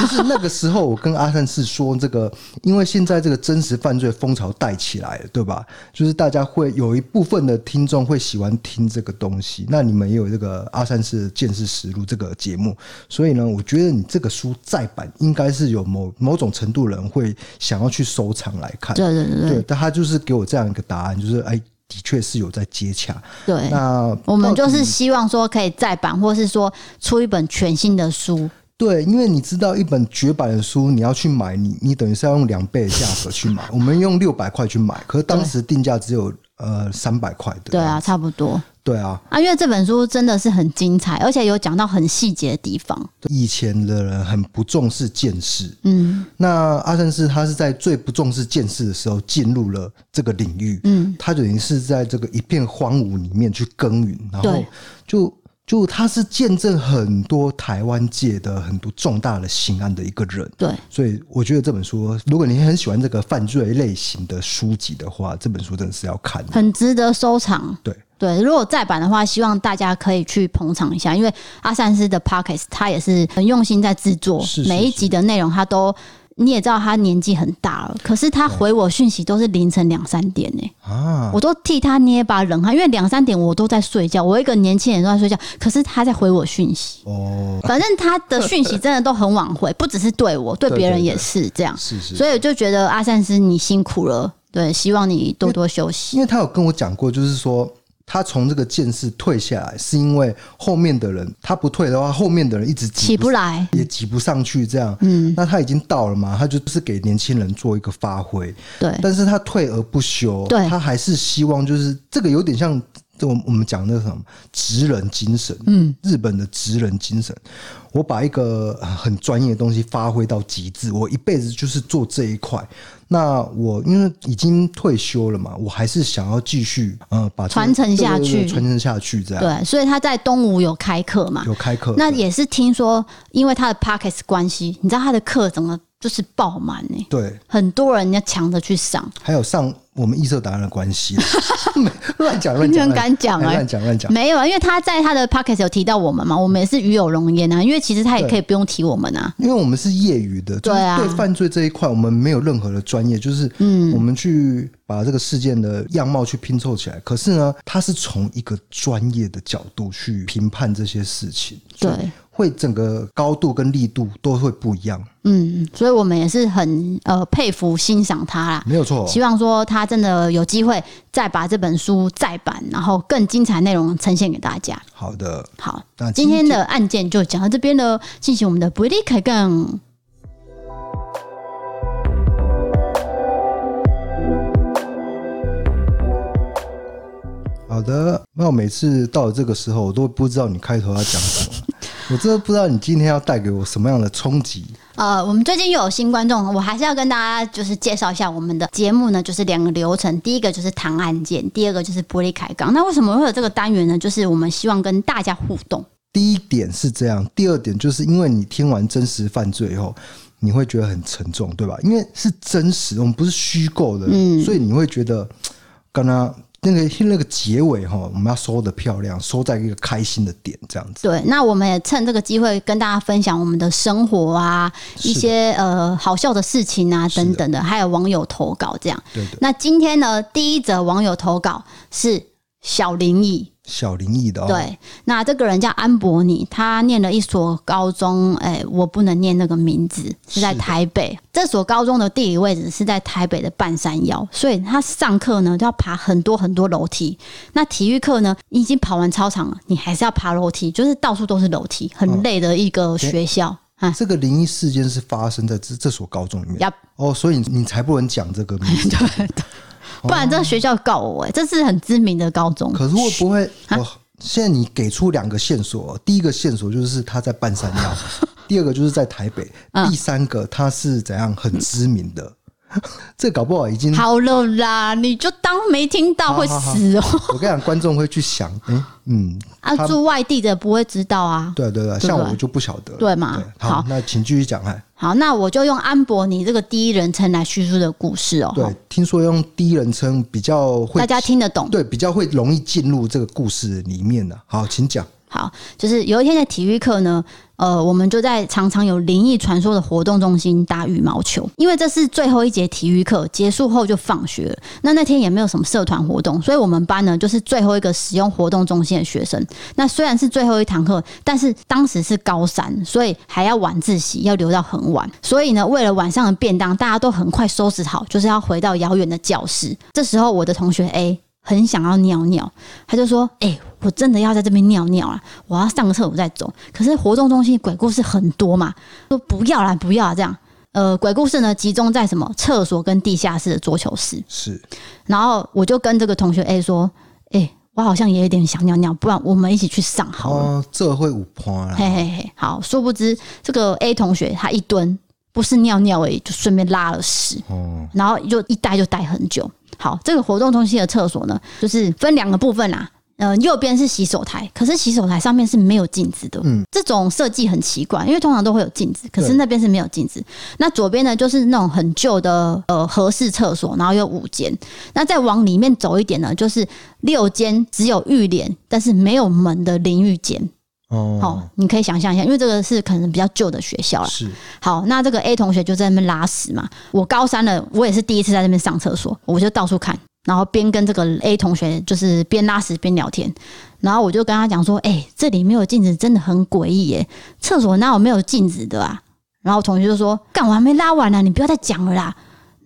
Speaker 1: 就是那个时候我跟阿善是说这个，因为现在这个真实犯罪风潮带起来了，对吧？就是大家会有一部分的听众会喜欢听这个东西，那你们也有这个阿善是见识实录这个节目，所以呢，我觉得你这个书再版应该是有某某种程度人会想要去收藏来看。
Speaker 2: 对对对
Speaker 1: 对，但他就是给我这样一个答案，就是哎，的确是有在接洽。
Speaker 2: 对对，
Speaker 1: 那
Speaker 2: 我们
Speaker 1: 到底
Speaker 2: 就是希望说可以再版，或是说出一本全新的书。
Speaker 1: 对，因为你知道一本绝版的书，你要去买，你你等于是要用两倍的价格去 买。我们用六百块去买，可是当时定价只有呃三百块的。
Speaker 2: 对啊，差不多
Speaker 1: 对啊，
Speaker 2: 啊，因为这本书真的是很精彩，而且有讲到很细节的地方。
Speaker 1: 以前的人很不重视见识。
Speaker 2: 嗯，
Speaker 1: 那阿善斯他是在最不重视见识的时候进入了这个领域，嗯，他等于是在这个一片荒芜里面去耕�耘，然后
Speaker 2: 对
Speaker 1: 就就他是见证很多台湾界的很多重大的刑案的一个人。
Speaker 2: 对，
Speaker 1: 所以我觉得这本书，如果你很喜欢这个犯罪类型的书籍的话，这本书真的是要看的。
Speaker 2: 很值得收藏。
Speaker 1: 对，
Speaker 2: 对，如果再版的话，希望大家可以去捧场一下，因为阿善斯的 Pockets 他也是很用心在制作，
Speaker 1: 是是
Speaker 2: 每一集的内容他都。你也知道他年纪很大了，可是他回我讯息都是凌晨两三点呢、
Speaker 1: 啊，
Speaker 2: 我都替他捏把冷汗，因为两三点我都在睡觉，我一个年轻人都在睡觉，可是他在回我 讯息。
Speaker 1: 哦，
Speaker 2: 反正他的讯息真的都很晚回，不只是对我，对
Speaker 1: 对
Speaker 2: 别人
Speaker 1: 对
Speaker 2: 也
Speaker 1: 对
Speaker 2: 是这样。
Speaker 1: 是是，
Speaker 2: 所以我就觉得阿善斯你辛苦了，对，希望你多多休息。
Speaker 1: 因为他有跟我讲过，就是说他从这个剑士退下来，是因为后面的人他不退的话，后面的人一直
Speaker 2: 起
Speaker 1: 挤
Speaker 2: 不来，
Speaker 1: 也挤不上去，这样。嗯，那他已经到了嘛，他就是给年轻人做一个发挥，
Speaker 2: 对
Speaker 1: 但是他退而不休，
Speaker 2: 对
Speaker 1: 他还是希望就是这个有点像。这我们我们讲那个什么职人精神，嗯，日本的职人精神，我把一个呃很专业的东西发挥到极致，我一辈子就是做这一块。那我因为已经退休了嘛，我还是想要继续呃把这个
Speaker 2: 传承下
Speaker 1: 对对对
Speaker 2: 去
Speaker 1: 传承下去这样。
Speaker 2: 对，所以他在东吴有开课嘛，
Speaker 1: 有开课，
Speaker 2: 那也是听说，因为他的 pockets 关系，你知道他的课怎么就是爆满呢、
Speaker 1: 对，
Speaker 2: 很多人要抢着去上，
Speaker 1: 还有上我们异色答案的关系， 乱讲乱
Speaker 2: 没
Speaker 1: 讲，
Speaker 2: 人敢讲
Speaker 1: 哎
Speaker 2: 哎、
Speaker 1: 乱讲乱讲。
Speaker 2: 没有啊，因为他在他的 pockets 有提到我们嘛，我们也是与有容焉啊，因为其实他也可以不用提我们啊，
Speaker 1: 因为我们是业余的，就是
Speaker 2: 对啊嗯
Speaker 1: 对犯罪这一块，我们没有任何的专业，就是我们去把这个事件的样貌去拼凑起来。可是呢，他是从一个专业的角度去评判这些事情，
Speaker 2: 对，
Speaker 1: 会整个高度跟力度都会不一样，
Speaker 2: 嗯，所以我们也是很呃佩服欣赏他啦。
Speaker 1: 没有错。
Speaker 2: 希望说他真的有机会再把这本书再版，然后更精彩内容呈现给大家。
Speaker 1: 好的，
Speaker 2: 好，
Speaker 1: 那
Speaker 2: 今天的案件就讲到这边了，进行我们的不利开杠。
Speaker 1: 好的，那我每次到了这个时候，我都不知道你开头要讲什 么，我真的不知道你今天要带给我什么样的冲击。
Speaker 2: 呃，我们最近又有新观众，我还是要跟大家就是介绍一下我们的节目呢，就是两个流程，第一个就是谈案件，第二个就是玻璃开杠。那为什么会有这个单元呢？就是我们希望跟大家互动。
Speaker 1: 第一点是这样，第二点就是因为你听完真实犯罪后，你会觉得很沉重，对吧？因为是真实，我们不是虚构的，
Speaker 2: 嗯
Speaker 1: 所以你会觉得刚刚那个那个结尾哈，我们要收的漂亮，收在一个开心的点，这样子。
Speaker 2: 对，那我们也趁这个机会跟大家分享我们的生活啊，一些呃好笑的事情啊等等的，还有网友投稿这样。
Speaker 1: 对的，
Speaker 2: 那今天呢，第一则网友投稿是小林异，
Speaker 1: 小灵异的哦，
Speaker 2: 对，那这个人叫安博尼，他念了一所高中，哎、我不能念那个名字，是在
Speaker 1: 是的
Speaker 2: 台北。这所高中的地理位置是在台北的半山腰，所以他上课呢都要爬很多很多楼梯。那体育课呢，你已经跑完操场了，你还是要爬楼梯，就是到处都是楼梯，
Speaker 1: 嗯
Speaker 2: 很累的一个学校。啊，
Speaker 1: 这个灵异事件是发生在这这所高中里面。
Speaker 2: 呀，
Speaker 1: 哦，所以你你才不能讲这个名字。
Speaker 2: 不然这个学校告我、哎，这是很知名的高中。
Speaker 1: 可是会不会？
Speaker 2: 啊
Speaker 1: 我现在你给出两个线索，哦第一个线索就是他在半山 腰，第二个就是在台北，
Speaker 2: 嗯
Speaker 1: 第三个他是怎样很知名的。 这搞不好已经，
Speaker 2: 好了啦，你就当没听到会
Speaker 1: 好好好
Speaker 2: 死哦、
Speaker 1: 我跟你讲，观众会去想，哎、嗯，
Speaker 2: 啊，住外地的不会知道啊。
Speaker 1: 对对对，
Speaker 2: 对
Speaker 1: 像我就不晓得了，
Speaker 2: 对嘛
Speaker 1: 好，
Speaker 2: 好
Speaker 1: 那请继续讲，哎，
Speaker 2: 好，那我就用安博尼这个第一人称来叙述的故事哦，
Speaker 1: 对，听说用第一人称比较会，
Speaker 2: 大家听得懂。
Speaker 1: 对比较会容易进入这个故事里面的、好，请讲，
Speaker 2: 好，就是有一天的体育课呢，呃，我们就在常常有灵异传说的活动中心打羽毛球，因为这是最后一节体育课结束后就放学了。那那天也没有什么社团活动，所以我们班呢就是最后一个使用活动中心的学生。那虽然是最后一堂课，但是当时是高三，所以还要晚自习，要留到很晚。所以呢，为了晚上的便当，大家都很快收拾好，就是要回到遥远的教室。这时候，我的同学 A 很想要尿尿，他就说：“哎、我真的要在这边尿尿啊，我要上个厕所再走。”可是活动中心鬼故事很多嘛，说不要啦，不要啦这样。呃，鬼故事呢集中在什么厕所跟地下室的桌球室。
Speaker 1: 是
Speaker 2: 然后我就跟这个同学 A 说：“哎、我好像也有点想尿尿，不然我们一起去上好了。
Speaker 1: 哦，这会五趴啦，
Speaker 2: 嘿嘿嘿，好，殊不知这个 A 同学他一蹲不是尿尿而已，就顺便拉了屎。
Speaker 1: 哦，
Speaker 2: 然后就一待就待很久。好，这个活动中心的厕所呢，就是分两个部分啦、呃，右边是洗手台，可是洗手台上面是没有镜子的。
Speaker 1: 嗯
Speaker 2: 嗯，这种设计很奇怪，因为通常都会有镜子，可是
Speaker 1: 对
Speaker 2: 那边是没有镜子。那左边呢，就是那种很旧的呃合适厕所，然后有五间。那再往里面走一点呢，就是六间只有浴帘，但是没有门的淋浴间。哦
Speaker 1: 哦，，
Speaker 2: 你可以想象一下，因为这个是可能比较旧的学校啦。
Speaker 1: 是
Speaker 2: 好，那这个 A 同学就在那边拉屎嘛。我高三了，我也是第一次在那边上厕所，我就到处看，然后边跟这个 A 同学就是边拉屎边聊天。然后我就跟他讲说：“哎、这里没有镜子，真的很诡异耶，厕所哪有没有镜子的啊？”然后我同学就说：“干，我还没拉完呢、你不要再讲了啦。”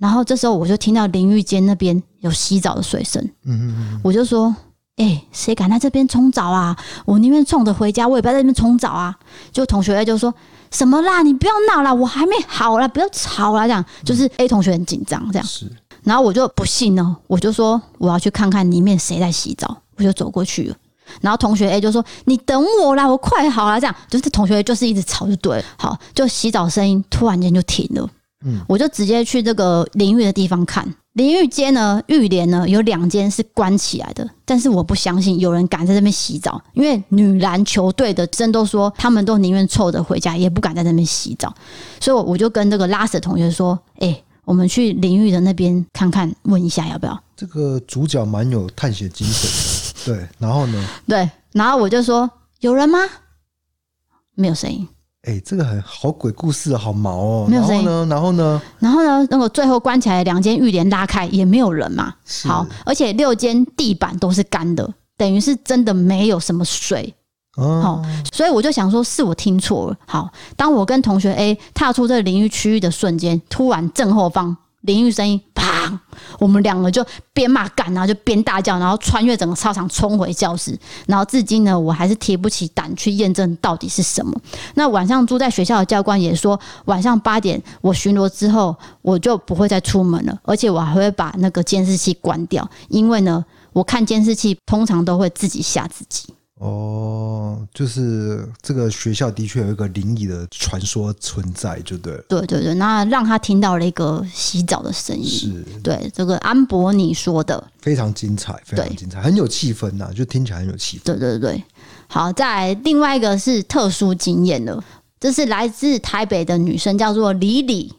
Speaker 2: 然后这时候我就听到淋浴间那边有洗澡的水声，
Speaker 1: 嗯嗯
Speaker 2: 我就说：“哎、谁敢在这边冲澡啊？我宁愿冲着回家，我也不要在这边冲澡啊！”就同学就说：“什么啦？你不要闹啦，我还没好啦，不要吵啦。”这样就是 A 同学很紧张，这
Speaker 1: 嗯
Speaker 2: 样。
Speaker 1: 是
Speaker 2: 然后我就不信哦，我就说我要去看看里面谁在洗澡，我就走过去了。然后同学 A 就说：“你等我啦，我快好啦。”这样就是同学就是一直吵，就对了。好，就洗澡声音突然间就停了。
Speaker 1: 嗯
Speaker 2: 我就直接去这个淋浴的地方看。淋浴间呢，浴帘呢有两间是关起来的，但是我不相信有人敢在这边洗澡，因为女篮球队的真都说他们都宁愿臭着回家，也不敢在那边洗澡。所以我我就跟这个拉屎的同学说：“哎、我们去淋浴的那边看看，问一下要不要
Speaker 1: 这个主角蛮有探险精 神的，对。然后呢，？”
Speaker 2: 对，然后我就说：“有人吗？”没有声音。
Speaker 1: 哎、这个很好鬼故事啊，好毛哦。
Speaker 2: 没有
Speaker 1: 然后
Speaker 2: 声音
Speaker 1: 呢，然后呢，
Speaker 2: 然后呢，那个最后关起来的两间浴帘拉开也没有人嘛。
Speaker 1: 是
Speaker 2: 好，而且六间地板都是干的，等于是真的没有什么水，
Speaker 1: 哦，
Speaker 2: 所以我就想说是我听错了。好，当我跟同学 A 踏出这个淋浴区域的瞬间，突然正后方淋浴声音砰，我们两个就边骂干，然后就边大叫，然后穿越整个操场冲回教室。然后至今呢，我还是提不起胆去验证到底是什么。那晚上住在学校的教官也说，晚上八点我巡逻之后，我就不会再出门了，而且我还会把那个监视器关掉，因为呢，我看监视器通常都会自己吓自己。
Speaker 1: 哦，就是这个学校的确有一个灵异的传说存在，就对了。
Speaker 2: 对对对，那让他听到了一个洗澡的声音。
Speaker 1: 是
Speaker 2: 对，这个安博你说的，
Speaker 1: 非常精彩，非常
Speaker 2: 对
Speaker 1: 精彩，很有气氛啊呐、就听起来很有气氛。
Speaker 2: 对对对。好，再来另外一个是特殊经验的，这是来自台北的女生，叫做李李，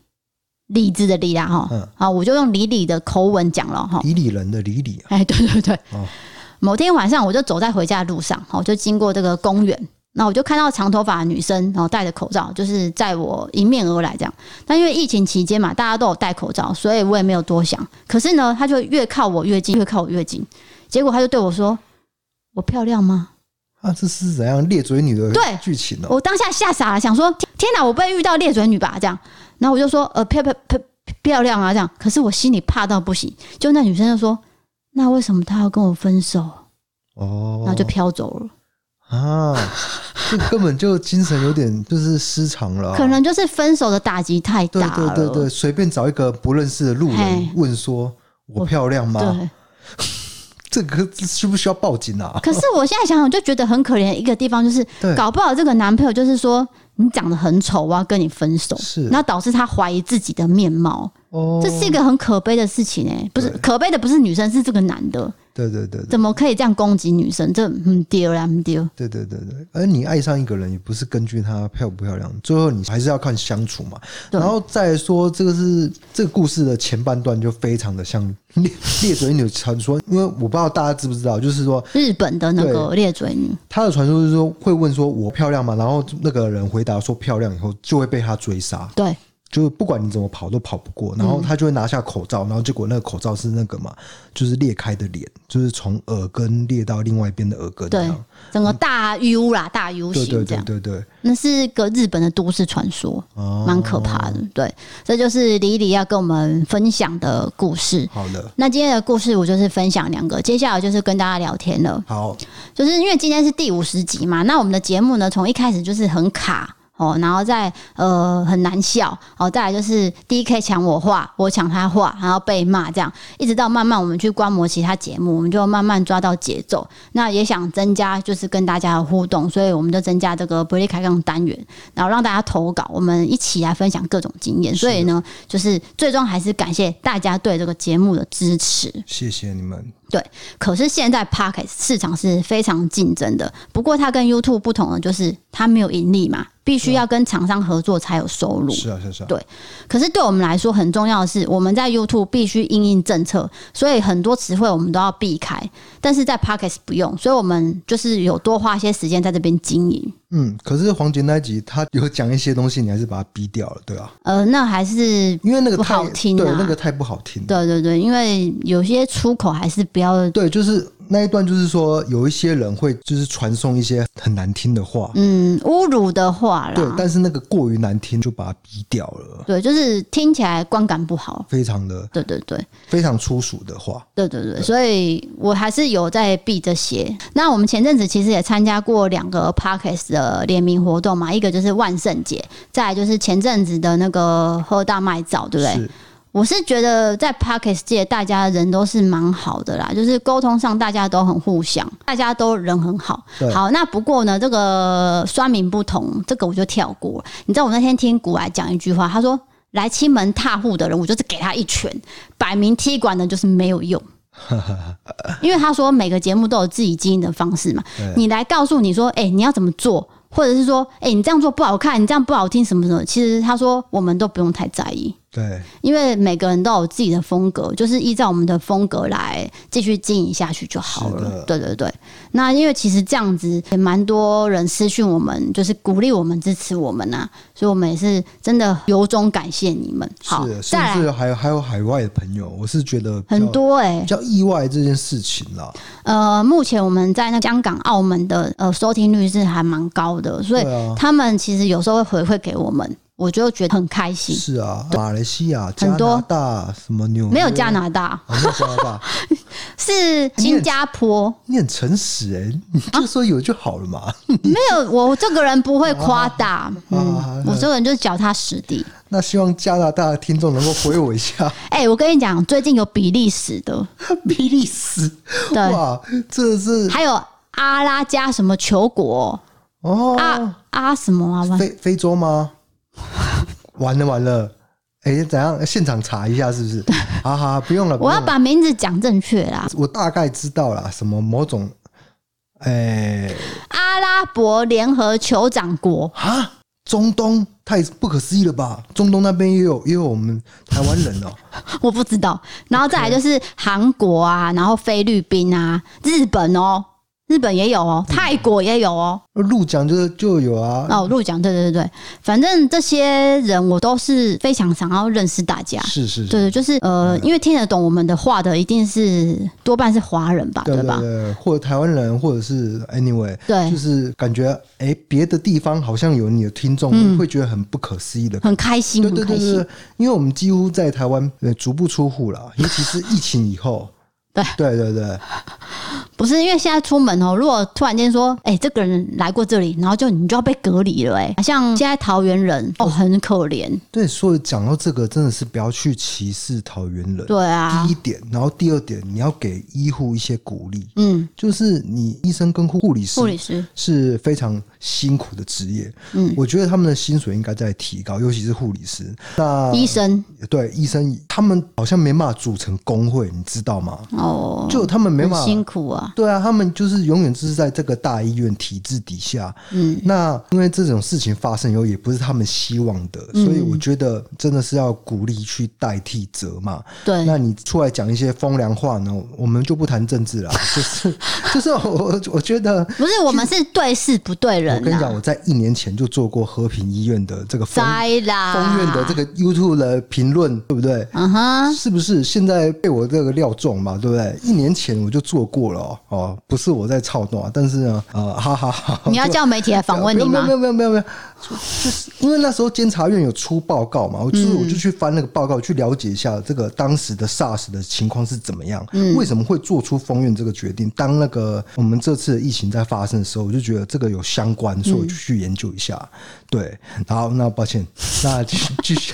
Speaker 2: 李子的李啦哈。
Speaker 1: 嗯
Speaker 2: 好，我就用李李的口吻讲了哈。
Speaker 1: 李李人的李李啊，
Speaker 2: 哎，对对对
Speaker 1: 哦。
Speaker 2: 某天晚上，我就走在回家的路上，哦我就经过这个公园，那我就看到长头发的女生，然后戴着口罩，就是在我迎面而来这样。但因为疫情期间嘛，大家都有戴口罩，所以我也没有多想。可是呢，她就越靠我越近，越靠我越近，结果她就对我说：“我漂亮吗
Speaker 1: 啊，这是怎样裂嘴女的
Speaker 2: 对
Speaker 1: 剧情？”哦？
Speaker 2: 我当下吓傻了，想说：“天天哪，我不会遇到裂嘴女吧？”这样，然后我就说：“呃，漂漂漂漂亮啊！”这样，可是我心里怕到不行。就那女生就说：“那为什么她要跟我分手？”
Speaker 1: 哦，
Speaker 2: 然后就飘走了。
Speaker 1: 啊，这根本就精神有点就是失常了啊、
Speaker 2: 可能就是分手的打击太
Speaker 1: 对
Speaker 2: 大
Speaker 1: 对
Speaker 2: 了。
Speaker 1: 对对，随便找一个不认识的路人
Speaker 2: 嘿
Speaker 1: 问说：“我
Speaker 2: 我
Speaker 1: 漂亮吗
Speaker 2: 对？”
Speaker 1: 这个需不需要报警啊？
Speaker 2: 可是我现在想想就觉得很可怜，一个地方就是
Speaker 1: 对
Speaker 2: 搞不好这个男朋友就是说你长得很丑，我要跟你分手，
Speaker 1: 是
Speaker 2: 那导致他怀疑自己的面貌，
Speaker 1: 哦，
Speaker 2: 这是一个很可悲的事情哎、不是可悲的不是女生，是这个男的
Speaker 1: 对对对对
Speaker 2: 怎么可以这样攻击女生？这很丢啦，很丢。
Speaker 1: 对对对对，而你爱上一个人也不是根据她漂不漂亮，最后你还是要看相处嘛。
Speaker 2: 对
Speaker 1: 然后再来说，这个是这个故事的前半段就非常的像 猎猎嘴女传说，因为我不知道大家知不知道，就是说
Speaker 2: 日本的那个裂嘴女，
Speaker 1: 他的传说就是说会问说我漂亮吗？然后那个人回答说漂亮以后就会被他追杀，
Speaker 2: 对
Speaker 1: 就是不管你怎么跑都跑不过，
Speaker 2: 嗯
Speaker 1: 然后他就会拿下口罩，然后结果那个口罩是那个嘛，就是裂开的脸，就是从耳根裂到另外一边的耳根这
Speaker 2: 对
Speaker 1: 样。，
Speaker 2: 整个大 U 啦，大 U
Speaker 1: 对对
Speaker 2: 型这
Speaker 1: 对
Speaker 2: 样，
Speaker 1: 对对，
Speaker 2: 那是个日本的都市传说。
Speaker 1: 哦
Speaker 2: 蛮可怕的。对，这就是李李要跟我们分享的故事。
Speaker 1: 好的，
Speaker 2: 那今天的故事我就是分享两个，接下来就是跟大家聊天了。
Speaker 1: 好，
Speaker 2: 就是因为今天是第五十集嘛，那我们的节目呢，从一开始就是很卡哦，然后再呃很难笑哦，再来就是 D K 抢我话，我抢他话，然后被骂这样，一直到慢慢我们去观摩其他节目，我们就慢慢抓到节奏。那也想增加就是跟大家的互动，所以我们就增加这个 b r e a 开杠单元，然后让大家投稿，我们一起来分享各种经验。所以呢，就是最终还是感谢大家对这个节目的支持。
Speaker 1: 谢谢你们。
Speaker 2: 对，可是现在 Pocket 市场是非常竞争的。不过它跟 YouTube 不同的就是它没有盈利嘛，必须要跟厂商合作才有收入。
Speaker 1: 是啊，是啊，是啊
Speaker 2: 对，可是对我们来说很重要的是，我们在 YouTube 必须因应政策，所以很多词汇我们都要避开。但是在 Pocket 不用，所以我们就是有多花一些时间在这边经营。
Speaker 1: 嗯。可是黄杰那一集他有讲一些东西，你还是把它逼掉了，对啊，
Speaker 2: 呃，那还是
Speaker 1: 因为那个
Speaker 2: 不
Speaker 1: 太
Speaker 2: 好听啊
Speaker 1: 对，那个太不好听。
Speaker 2: 对对对，因为有些出口还是不要
Speaker 1: 对，就是那一段，就是说有一些人会就是传送一些很难听的话，
Speaker 2: 嗯侮辱的话
Speaker 1: 对，
Speaker 2: 啦。
Speaker 1: 但是那个过于难听就把它逼掉了，
Speaker 2: 对，就是听起来观感不好。
Speaker 1: 非常的
Speaker 2: 对对对。
Speaker 1: 非常粗俗的话。
Speaker 2: 对对对，所以我还是有在避这些。那我们前阵子其实也参加过两个 Parkes 的联名活动嘛，一个就是万圣节，再来就是前阵子的那个喝大麦枣，对不对？
Speaker 1: 是，
Speaker 2: 我是觉得在 Parkes 界，大家人都是蛮好的啦，就是沟通上大家都很互相，大家都人很好
Speaker 1: 对。
Speaker 2: 好，那不过呢，这个酸民不同，这个我就跳过了。你知道我那天听古来讲一句话，他说。来欺门踏户的人，我就是给他一拳，摆明踢馆的就是没 有用。因为他说每个节目都有自己经营的方式嘛
Speaker 1: 对，
Speaker 2: 你来告诉你说，哎、你要怎么做，或者是说，哎、你这样做不好看，你这样不好听，什么什么。其实他说我们都不用太在意，
Speaker 1: 对，
Speaker 2: 因为每个人都有自己的风格，就是依照我们的风格来继续经营下去就好
Speaker 1: 是的
Speaker 2: 了。对对对，那因为其实这样子也蛮多人私讯我们，就是鼓励我们、支持我们呐、所以我们也是真的由衷感谢你们。好
Speaker 1: 是，，甚
Speaker 2: 再来
Speaker 1: 至还有还有海外的朋友，我是觉得比较
Speaker 2: 很多哎、
Speaker 1: 比较意外这件事情啦。
Speaker 2: 呃，目前我们在那香港、澳门的呃收听率是还蛮高的，所以
Speaker 1: 对啊
Speaker 2: 他们其实有时候会回馈给我们，我就觉得很开心。
Speaker 1: 是啊，马来西亚、加
Speaker 2: 嗯很多
Speaker 1: 拿大什么纽约
Speaker 2: 没有加拿大，
Speaker 1: 啊，没有加拿大，
Speaker 2: 是新加坡。
Speaker 1: 你很诚实哎、 你就说有就好了
Speaker 2: 啊
Speaker 1: 嘛。
Speaker 2: 没有，我这个人不会夸
Speaker 1: 啊
Speaker 2: 大，嗯，我这个人就是脚踏实地。
Speaker 1: 那希望加拿大的听众能够回我一 下，
Speaker 2: 哎、我跟你讲，最近有比利时的，
Speaker 1: 比利时，
Speaker 2: 对
Speaker 1: 哇，这是
Speaker 2: 还有阿拉加什么球国，
Speaker 1: 哦，
Speaker 2: 阿阿什么啊？完
Speaker 1: 非非洲 吗？完了完了，哎、怎样？现场查一下是不是？好好，好不用了，不
Speaker 2: 我
Speaker 1: 用
Speaker 2: 要
Speaker 1: 了，
Speaker 2: 把名字讲正确啦，
Speaker 1: 我大概知道啦，什么某种，哎、
Speaker 2: 阿拉伯联合酋长国。
Speaker 1: 啊，中东太不可思议了吧？中东那边也有也有我们台湾人哦、
Speaker 2: 我不知道。然后再来就是韩国啊，然后菲律宾啊，日本哦，日本也有哦，
Speaker 1: 嗯
Speaker 2: 泰国也有哦。
Speaker 1: 入讲就是就有啊，
Speaker 2: 哦，入奖，对对对对，反正这些人我都是非常想要认识大家。
Speaker 1: 是是是，
Speaker 2: 对对，就是
Speaker 1: 嗯
Speaker 2: 呃，因为听得懂我们的话的，一定是多半是华人吧，
Speaker 1: 对对
Speaker 2: 吧？
Speaker 1: 对，或者台湾人，或者是 anyway，
Speaker 2: 对
Speaker 1: 就是感觉哎，别、的地方好像有你的听众，会觉得很不可思议的感觉。
Speaker 2: 嗯很开心，
Speaker 1: 对
Speaker 2: 很
Speaker 1: 对
Speaker 2: 开
Speaker 1: 对
Speaker 2: 心
Speaker 1: 对，，因为我们几乎在台湾呃足不出户了，尤其是疫情以后。
Speaker 2: 对
Speaker 1: 对对对，
Speaker 2: 不是因为现在出门哦，如果突然间说，哎、这个人来过这里，然后就你就要被隔离了、哎，像现在桃园人哦，很可怜，
Speaker 1: 对，所以讲到这个，真的是不要去歧视桃园人。
Speaker 2: 对啊
Speaker 1: 第一，点，然后第二点，你要给医护一些鼓励，
Speaker 2: 嗯，
Speaker 1: 就是你医生跟护理师
Speaker 2: 护理师，
Speaker 1: 是非常辛苦的职业，
Speaker 2: 嗯，
Speaker 1: 我觉得他们的薪水应该在提高，尤其是护理师。那
Speaker 2: 医生
Speaker 1: 对医生，他们好像没办法组成工会，你知道吗？
Speaker 2: 哦，
Speaker 1: 就他们没
Speaker 2: 很
Speaker 1: 办
Speaker 2: 辛
Speaker 1: 法。
Speaker 2: 苦啊，
Speaker 1: 对啊，他们就是永远就是在这个大医院体制底下。
Speaker 2: 嗯，
Speaker 1: 那因为这种事情发生以后，也不是他们希望的，
Speaker 2: 嗯
Speaker 1: 所以我觉得真的是要鼓励去代替责骂。
Speaker 2: 对，
Speaker 1: 那你出来讲一些风凉话呢？我们就不谈政治 了，就是就是我我觉得
Speaker 2: 不是我们是对事不对人、啊，
Speaker 1: 我跟你讲，我在一年前就做过和平医院的这个风
Speaker 2: 栽啦，
Speaker 1: 风院的这个 YouTube 的评论，对不对？
Speaker 2: 嗯哼，
Speaker 1: 是不是现在被我这个料中嘛？对不对？一年前我就做过了哦，哦不是我在操弄，但是呢，呃，哈哈哈，
Speaker 2: 你要叫媒体来访问你
Speaker 1: 没有
Speaker 2: 吗
Speaker 1: 没？有没有没有没有，就是因为那时候监察院有出报告嘛，我
Speaker 2: 嗯
Speaker 1: 就是我就去翻那个报告，去了解一下这个当时的 SARS 的情况是怎么样，
Speaker 2: 嗯
Speaker 1: 为什么会做出封院这个决定？当那个我们这次的疫情在发生的时候，我就觉得这个有相关，所以我就去研究一下。
Speaker 2: 嗯
Speaker 1: 对，然后那抱歉，那继继续，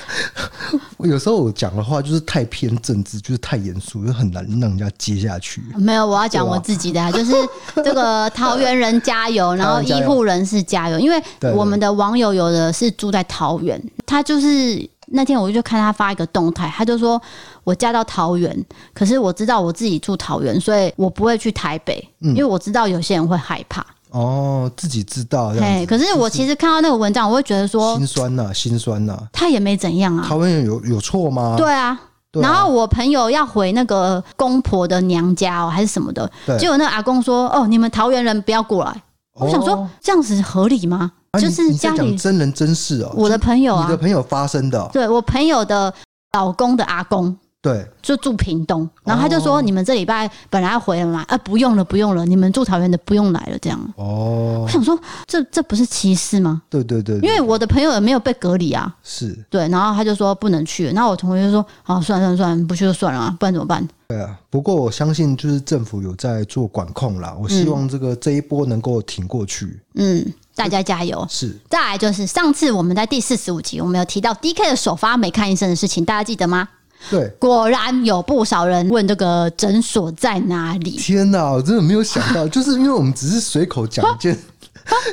Speaker 1: 有时候我讲的话就是太偏政治，就是太严肃，就很难让人家接下去。
Speaker 2: 没有，我要讲我自己的啊、就是这个桃园人加油，然后医护人士加油，因为
Speaker 1: 对对
Speaker 2: 我们的网友有的是住在桃园，他就是那天我就看他发一个动态，他就说我嫁到桃园，可是我知道我自己住桃园，所以我不会去台北，因为我知道有些人会害怕。
Speaker 1: 哦，自己知道这样
Speaker 2: 哎，
Speaker 1: 子，
Speaker 2: 可是我其实看到那个文章，我会觉得说
Speaker 1: 心酸呐、心酸呐、
Speaker 2: 他也没怎样啊，
Speaker 1: 台湾人有有错吗？
Speaker 2: 对啊。
Speaker 1: 对啊
Speaker 2: 然后我朋友要回那个公婆的娘家哦，还是什么的，
Speaker 1: 对
Speaker 2: 结果那个阿公说：“哦，你们桃园人不要过来。”
Speaker 1: 哦，
Speaker 2: 我想说，这样子合理吗？
Speaker 1: 啊你
Speaker 2: 就是
Speaker 1: 你在
Speaker 2: 家
Speaker 1: 讲
Speaker 2: 里
Speaker 1: 真人真事哦，
Speaker 2: 我的朋友
Speaker 1: 你
Speaker 2: 啊
Speaker 1: 的，朋友发生的哦、
Speaker 2: 对我朋友的老公的阿公
Speaker 1: 对，
Speaker 2: 就住屏东，然后他就说：“
Speaker 1: 哦
Speaker 2: 你们这礼拜本来要回来嘛，啊，不用了，不用了，你们住桃园的不用来了。”这样，
Speaker 1: 哦
Speaker 2: 我，想说，这这不是歧视吗？
Speaker 1: 对对对
Speaker 2: 因
Speaker 1: 对
Speaker 2: 为我的朋友也没有被隔离啊，
Speaker 1: 是，
Speaker 2: 对，然后他就说不能去，然后我同学就说：“哦，算了算了算了，不去就算了啊，不然怎么办
Speaker 1: 对啊。不过我相信就是政府有在做管控啦，我希望这个、这一波能够挺过去。？”
Speaker 2: 嗯，大家加油。
Speaker 1: 是，
Speaker 2: 再来就是上次我们在第四十五集，我们有提到 D K 的首发没看医生的事情，大家记得吗？
Speaker 1: 对。
Speaker 2: 果然有不少人问这个诊所在哪里。
Speaker 1: 天哪，我真的没有想到，就是因为我们只是随口讲一 件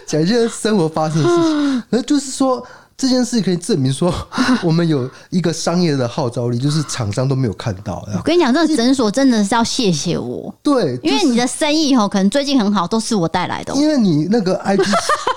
Speaker 1: 讲一件生活发生的事情，那就是说这件事可以证明 说我们有一个商业的号召力，就是厂商都没有看到。
Speaker 2: 我跟你讲，这个诊所真的是要谢谢我，
Speaker 1: 对，就
Speaker 2: 因为你的生意哦，可能最近很好，都是我带来的哦。
Speaker 1: 因为你那个 IG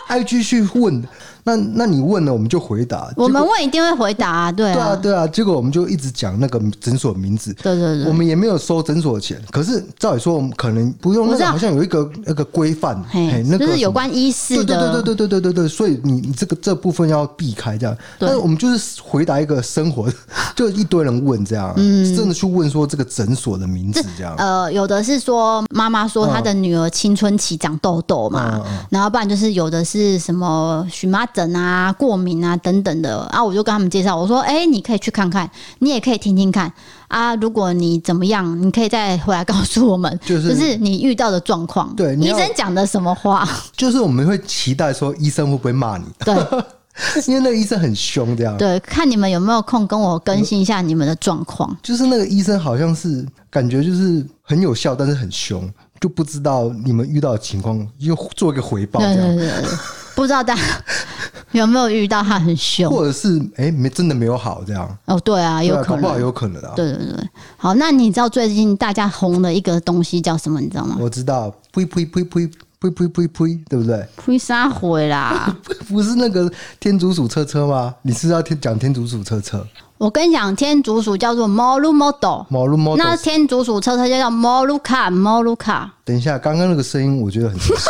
Speaker 1: IG 去问，那那你问了我们就回答，
Speaker 2: 我
Speaker 1: 结
Speaker 2: 们
Speaker 1: 果
Speaker 2: 问一定会回答、啊，对
Speaker 1: 对啊
Speaker 2: 啊，
Speaker 1: 对啊，结果我们就一直讲那个诊所名字。
Speaker 2: 对啊对
Speaker 1: 我
Speaker 2: 对，
Speaker 1: 们也没有收诊所的钱，可是照理说，我们可能不用
Speaker 2: 我
Speaker 1: 那
Speaker 2: 知
Speaker 1: 个，
Speaker 2: 道
Speaker 1: 好像有一个那个规范，嘿，那
Speaker 2: 嘿，
Speaker 1: 个
Speaker 2: 就是
Speaker 1: 什
Speaker 2: 有
Speaker 1: 么
Speaker 2: 关医师
Speaker 1: 对对对
Speaker 2: 的，
Speaker 1: 对对对对对对，所以你你这个这部分要避开这样。
Speaker 2: 对
Speaker 1: 但是我们就是回答一个生活， 就一堆人问这样，
Speaker 2: 嗯
Speaker 1: 真的去问说这个诊所的名字这样。
Speaker 2: 呃，有的是说妈妈说她的女儿青春期长痘痘
Speaker 1: 嗯
Speaker 2: 嘛，然后不然就是有的是什么荨麻疹啊、过敏啊等等的啊，我就跟他们介绍，我说，哎、你可以去看看，你也可以听听看啊，如果你怎么样，你可以再回来告诉我们，
Speaker 1: 就是
Speaker 2: 你遇到的状况，
Speaker 1: 对你
Speaker 2: 医
Speaker 1: 要
Speaker 2: 生讲的什么 话，
Speaker 1: 就是我们会期待说医生会不会骂你，
Speaker 2: 对
Speaker 1: 因为那个医生很凶这样。
Speaker 2: 对，看你们有没有空跟我更新一下你们的状况。
Speaker 1: 就是那个医生好像是感觉就是很有效，但是很凶，就不知道你们遇到的情况又做一个回报
Speaker 2: 对
Speaker 1: 这
Speaker 2: 对
Speaker 1: 样，
Speaker 2: 对对，对不知道大家 有没有遇到他很凶
Speaker 1: 或者是哎、诶没真的没有好这样，
Speaker 2: 哦？对啊，
Speaker 1: 对
Speaker 2: 有
Speaker 1: 啊搞
Speaker 2: 可
Speaker 1: 不好
Speaker 2: 能。
Speaker 1: 有可能啊。
Speaker 2: 对对对，好，那你知道最近大家红的一个东西叫什么？你知 道吗？
Speaker 1: 我知道，呸呸呸呸呸呸呸呸，对不对？
Speaker 2: 披萨回啦！
Speaker 1: 不是那个天竺鼠车车吗？你是不是要天讲天竺鼠车车？
Speaker 2: 我跟你讲，天竺鼠叫做 Molu Model，
Speaker 1: 毛路 model，
Speaker 2: 那天竺鼠车车就叫 Molu Car Molu Car。
Speaker 1: 等一下，刚刚那个声音我觉得很熟 悉。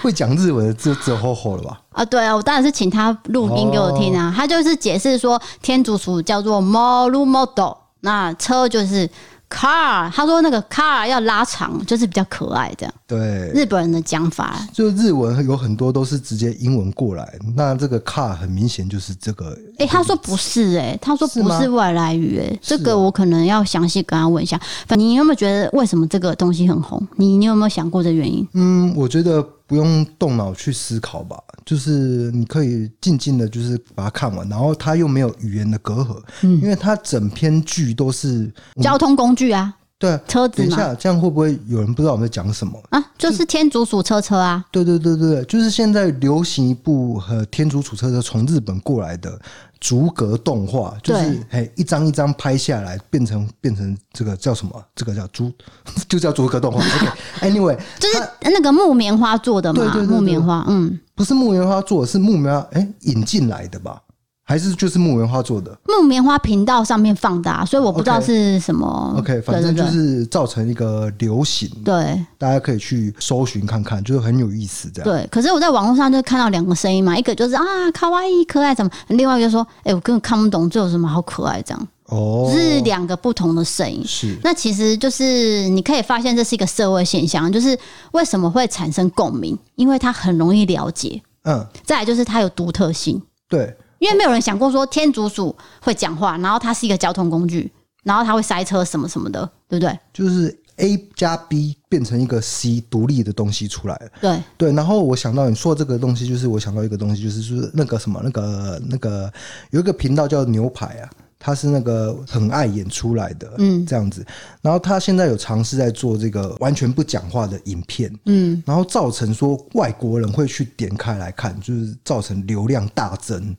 Speaker 1: 会讲日文的只有只有吼吼了吧？
Speaker 2: 啊，对啊，我当然是请他录音给我听啊。他就是解释说，天竺鼠叫做 Molu Model，那车就是 Car。他说那个 Car 要拉长，就是比较可爱这样。
Speaker 1: 对，
Speaker 2: 日本人的讲法，
Speaker 1: 就日文有很多都是直接英文过来，那这个 car 很明显就是这个
Speaker 2: 诶，他说不是、诶，他说
Speaker 1: 是
Speaker 2: 不
Speaker 1: 吗
Speaker 2: 是外来语、诶，这
Speaker 1: 是
Speaker 2: 个
Speaker 1: 哦
Speaker 2: 我可能要详细跟他问一下。反正你有没有觉得为什么这个东西很红？你你有没有想过这原因？
Speaker 1: 嗯，我觉得不用动脑去思考吧，就是你可以静静的，就是把它看完，然后它又没有语言的隔阂，因为它整篇剧都是
Speaker 2: 交通工具啊，
Speaker 1: 对啊。
Speaker 2: 车子
Speaker 1: 嗯等一
Speaker 2: 嘛，
Speaker 1: 下，这样会不会有人不知道我们在讲什么？
Speaker 2: 啊，就是天竺鼠车车啊，
Speaker 1: 对对对对，对就是现在流行一部呃天竺鼠车车从日本过来的逐格动画，就是哎一张一张拍下来，变成变成这个叫什么？这个叫逐 就叫逐格动画。OK，Anyway，、
Speaker 2: 就是那个木棉花做的嘛，
Speaker 1: 对对对对
Speaker 2: 木棉花，嗯，
Speaker 1: 不是木棉花做的，是木棉花哎、引进来的吧？还是就是木棉花做的
Speaker 2: 木棉花频道上面放的、啊，所以我不知道
Speaker 1: OK
Speaker 2: 是什么。
Speaker 1: ？OK，反正就
Speaker 2: 嗯对对
Speaker 1: 是造成一个流行，
Speaker 2: 对
Speaker 1: 大家可以去搜寻看看，就是很有意思这
Speaker 2: 对
Speaker 1: 样。
Speaker 2: 对，可是我在网络上就看到两个声音嘛，一个就是啊，卡哇伊可爱怎么，另外一个就说，哎、我根本看不懂这有什么好可爱这样。
Speaker 1: 哦，
Speaker 2: 是两个不同的声音。
Speaker 1: 是
Speaker 2: 那其实就是你可以发现这是一个社会现象，就是为什么会产生共鸣，因为它很容易了解，
Speaker 1: 嗯，
Speaker 2: 再来就是它有独特性，
Speaker 1: 对
Speaker 2: 因为没有人想过说天竺鼠会讲话，然后它是一个交通工具，然后它会塞车什么什么的，对不对？
Speaker 1: 就是 A 加 B 变成一个 C 独立的东西出来了。
Speaker 2: 对，
Speaker 1: 对，然后我想到你说这个东西，就是我想到一个东西，就是就是那个什么那个那个有一个频道叫牛排啊，他是那个很爱演出来的，嗯，这样子。然后他现在有尝试在做这个完全不讲话的影片，嗯，然后造成说外国人会去点开来看，就是造成流量大增。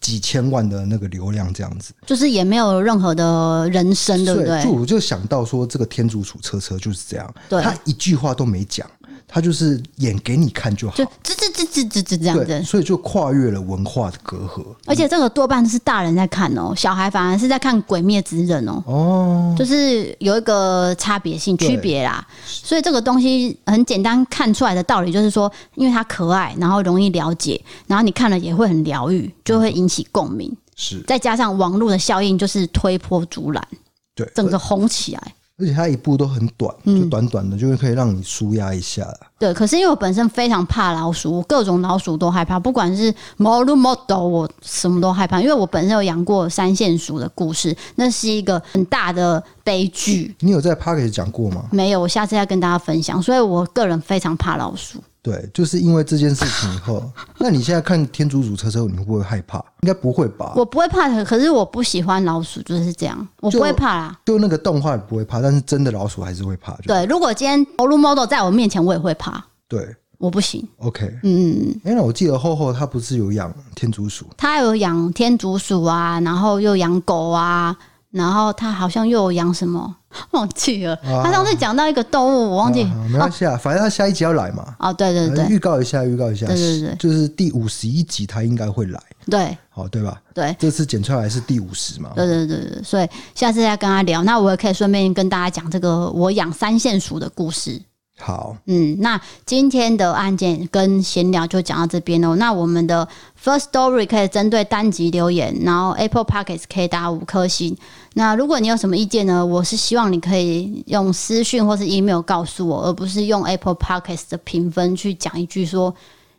Speaker 1: 几千万的那个流量这样子。
Speaker 2: 就是也没有任何的人生，对不对
Speaker 1: 所以？就我就想到说，这个天竺鼠车车就是这样，
Speaker 2: 对
Speaker 1: 他一句话都没讲，他就是演给你看就好
Speaker 2: 就。吱吱吱吱吱吱这样
Speaker 1: 对，
Speaker 2: 子。
Speaker 1: 所以就跨越了文化的隔阂。
Speaker 2: 而且这个多半是大人在看哦，小孩反而是在看《鬼灭之刃》哦，
Speaker 1: 哦，
Speaker 2: 就是有一个差别性
Speaker 1: 对
Speaker 2: 区别啦。所以这个东西很简单看出来的道理就是说，因为它可爱，然后容易了解，然后你看了也会很疗愈，就会引起共鸣。
Speaker 1: 是
Speaker 2: 再加上网络的效应，就是推波助澜，
Speaker 1: 对，
Speaker 2: 整
Speaker 1: 而
Speaker 2: 个红起来。
Speaker 1: 而且它一部都很短，
Speaker 2: 嗯
Speaker 1: 就短短的，就是可以让你舒压一下啦。
Speaker 2: 对，可是因为我本身非常怕老鼠，我各种老鼠都害怕，不管是毛鹿、猫斗，我什么都害怕。因为我本身有养过三线鼠的故事，那是一个很大的悲剧。
Speaker 1: 你有在 p a r k e 讲过吗？
Speaker 2: 没有，我下次再跟大家分享。所以我个人非常怕老鼠。
Speaker 1: 对，就是因为这件事情以 后，那你现在看天竺鼠车车，你会不会害怕？应该不会吧？
Speaker 2: 我不会怕的，可是我不喜欢老鼠，就是这样，我不会
Speaker 1: 就
Speaker 2: 怕啦。
Speaker 1: 就那个动画你不会怕，但是真的老鼠还是会怕。就
Speaker 2: 对，如果今天毛鹿、猫斗在我面前，我也会怕，
Speaker 1: 对
Speaker 2: 我不行。
Speaker 1: ，OK。
Speaker 2: 嗯。
Speaker 1: 哎、那我记得厚厚他不是有养天竺鼠，
Speaker 2: 他有养天竺鼠啊，然后又养狗啊，然后他好像又有养什么，忘记了。
Speaker 1: 啊
Speaker 2: 他上次讲到一个动物，我忘记。
Speaker 1: 啊没关系啊，反正他下一集要来嘛。
Speaker 2: 哦，对对
Speaker 1: 呃
Speaker 2: 对
Speaker 1: 预告一下，预告一下，
Speaker 2: 对对对
Speaker 1: 就是第五十一集他应该会来，
Speaker 2: 对
Speaker 1: 好对吧？
Speaker 2: 对
Speaker 1: 这次剪出来是第五十嘛？
Speaker 2: 对对对对，所以下次再跟他聊。那我也可以顺便跟大家讲这个我养三线鼠的故事。
Speaker 1: 好，
Speaker 2: 嗯，那今天的案件跟闲聊就讲到这边哦。那我们的 First Story 可以针对单集留言，然后 Apple p o c k e t 可以打五颗星。那如果你有什么意见呢？我是希望你可以用私讯或是 email 告诉我，而不是用 Apple p o c k e t 的评分去讲一句说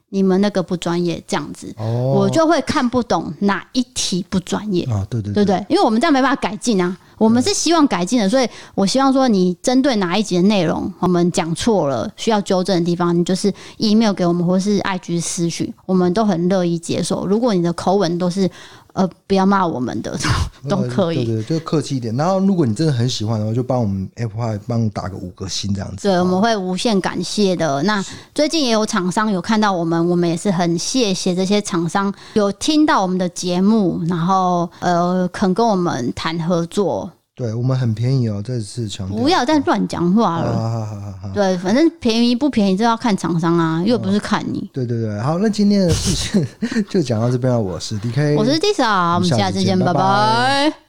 Speaker 2: 你们那个不专业这样子，
Speaker 1: 哦，
Speaker 2: 我就会看不懂哪一题不专业。
Speaker 1: 啊，对对
Speaker 2: 对不对？因为我们这样没办法改进啊，我们是希望改进的，所以我希望说你针对哪一集的内容，我们讲错了需要纠正的地方，你就是 email 给我们或是 IG 私讯，我们都很乐意接受。如果你的口吻都是呃不要骂我们的， 都可以。
Speaker 1: 呃对对，就客气一点。然后，如果你真的很喜欢的话，就帮我们 Apple Pie 帮打个五个星这样子。
Speaker 2: 对，我们会无限感谢的。那最近也有厂商有看到我们，我们也是很谢谢这些厂商有听到我们的节目，然后呃肯跟我们谈合作，
Speaker 1: 对我们很便宜哦，再次强调。
Speaker 2: 不要再乱讲话
Speaker 1: 好
Speaker 2: 了。
Speaker 1: 好好好好。
Speaker 2: 对，反正便宜不便宜，这要看厂商啊，又不
Speaker 1: 哦
Speaker 2: 是看你。
Speaker 1: 对对对，好，那今天的事情 就讲到这边了。我是 DK，
Speaker 2: 我是 Disa，我们
Speaker 1: 哎下
Speaker 2: 下
Speaker 1: 次
Speaker 2: 次
Speaker 1: 见
Speaker 2: 见，
Speaker 1: 拜
Speaker 2: 拜
Speaker 1: 拜
Speaker 2: 拜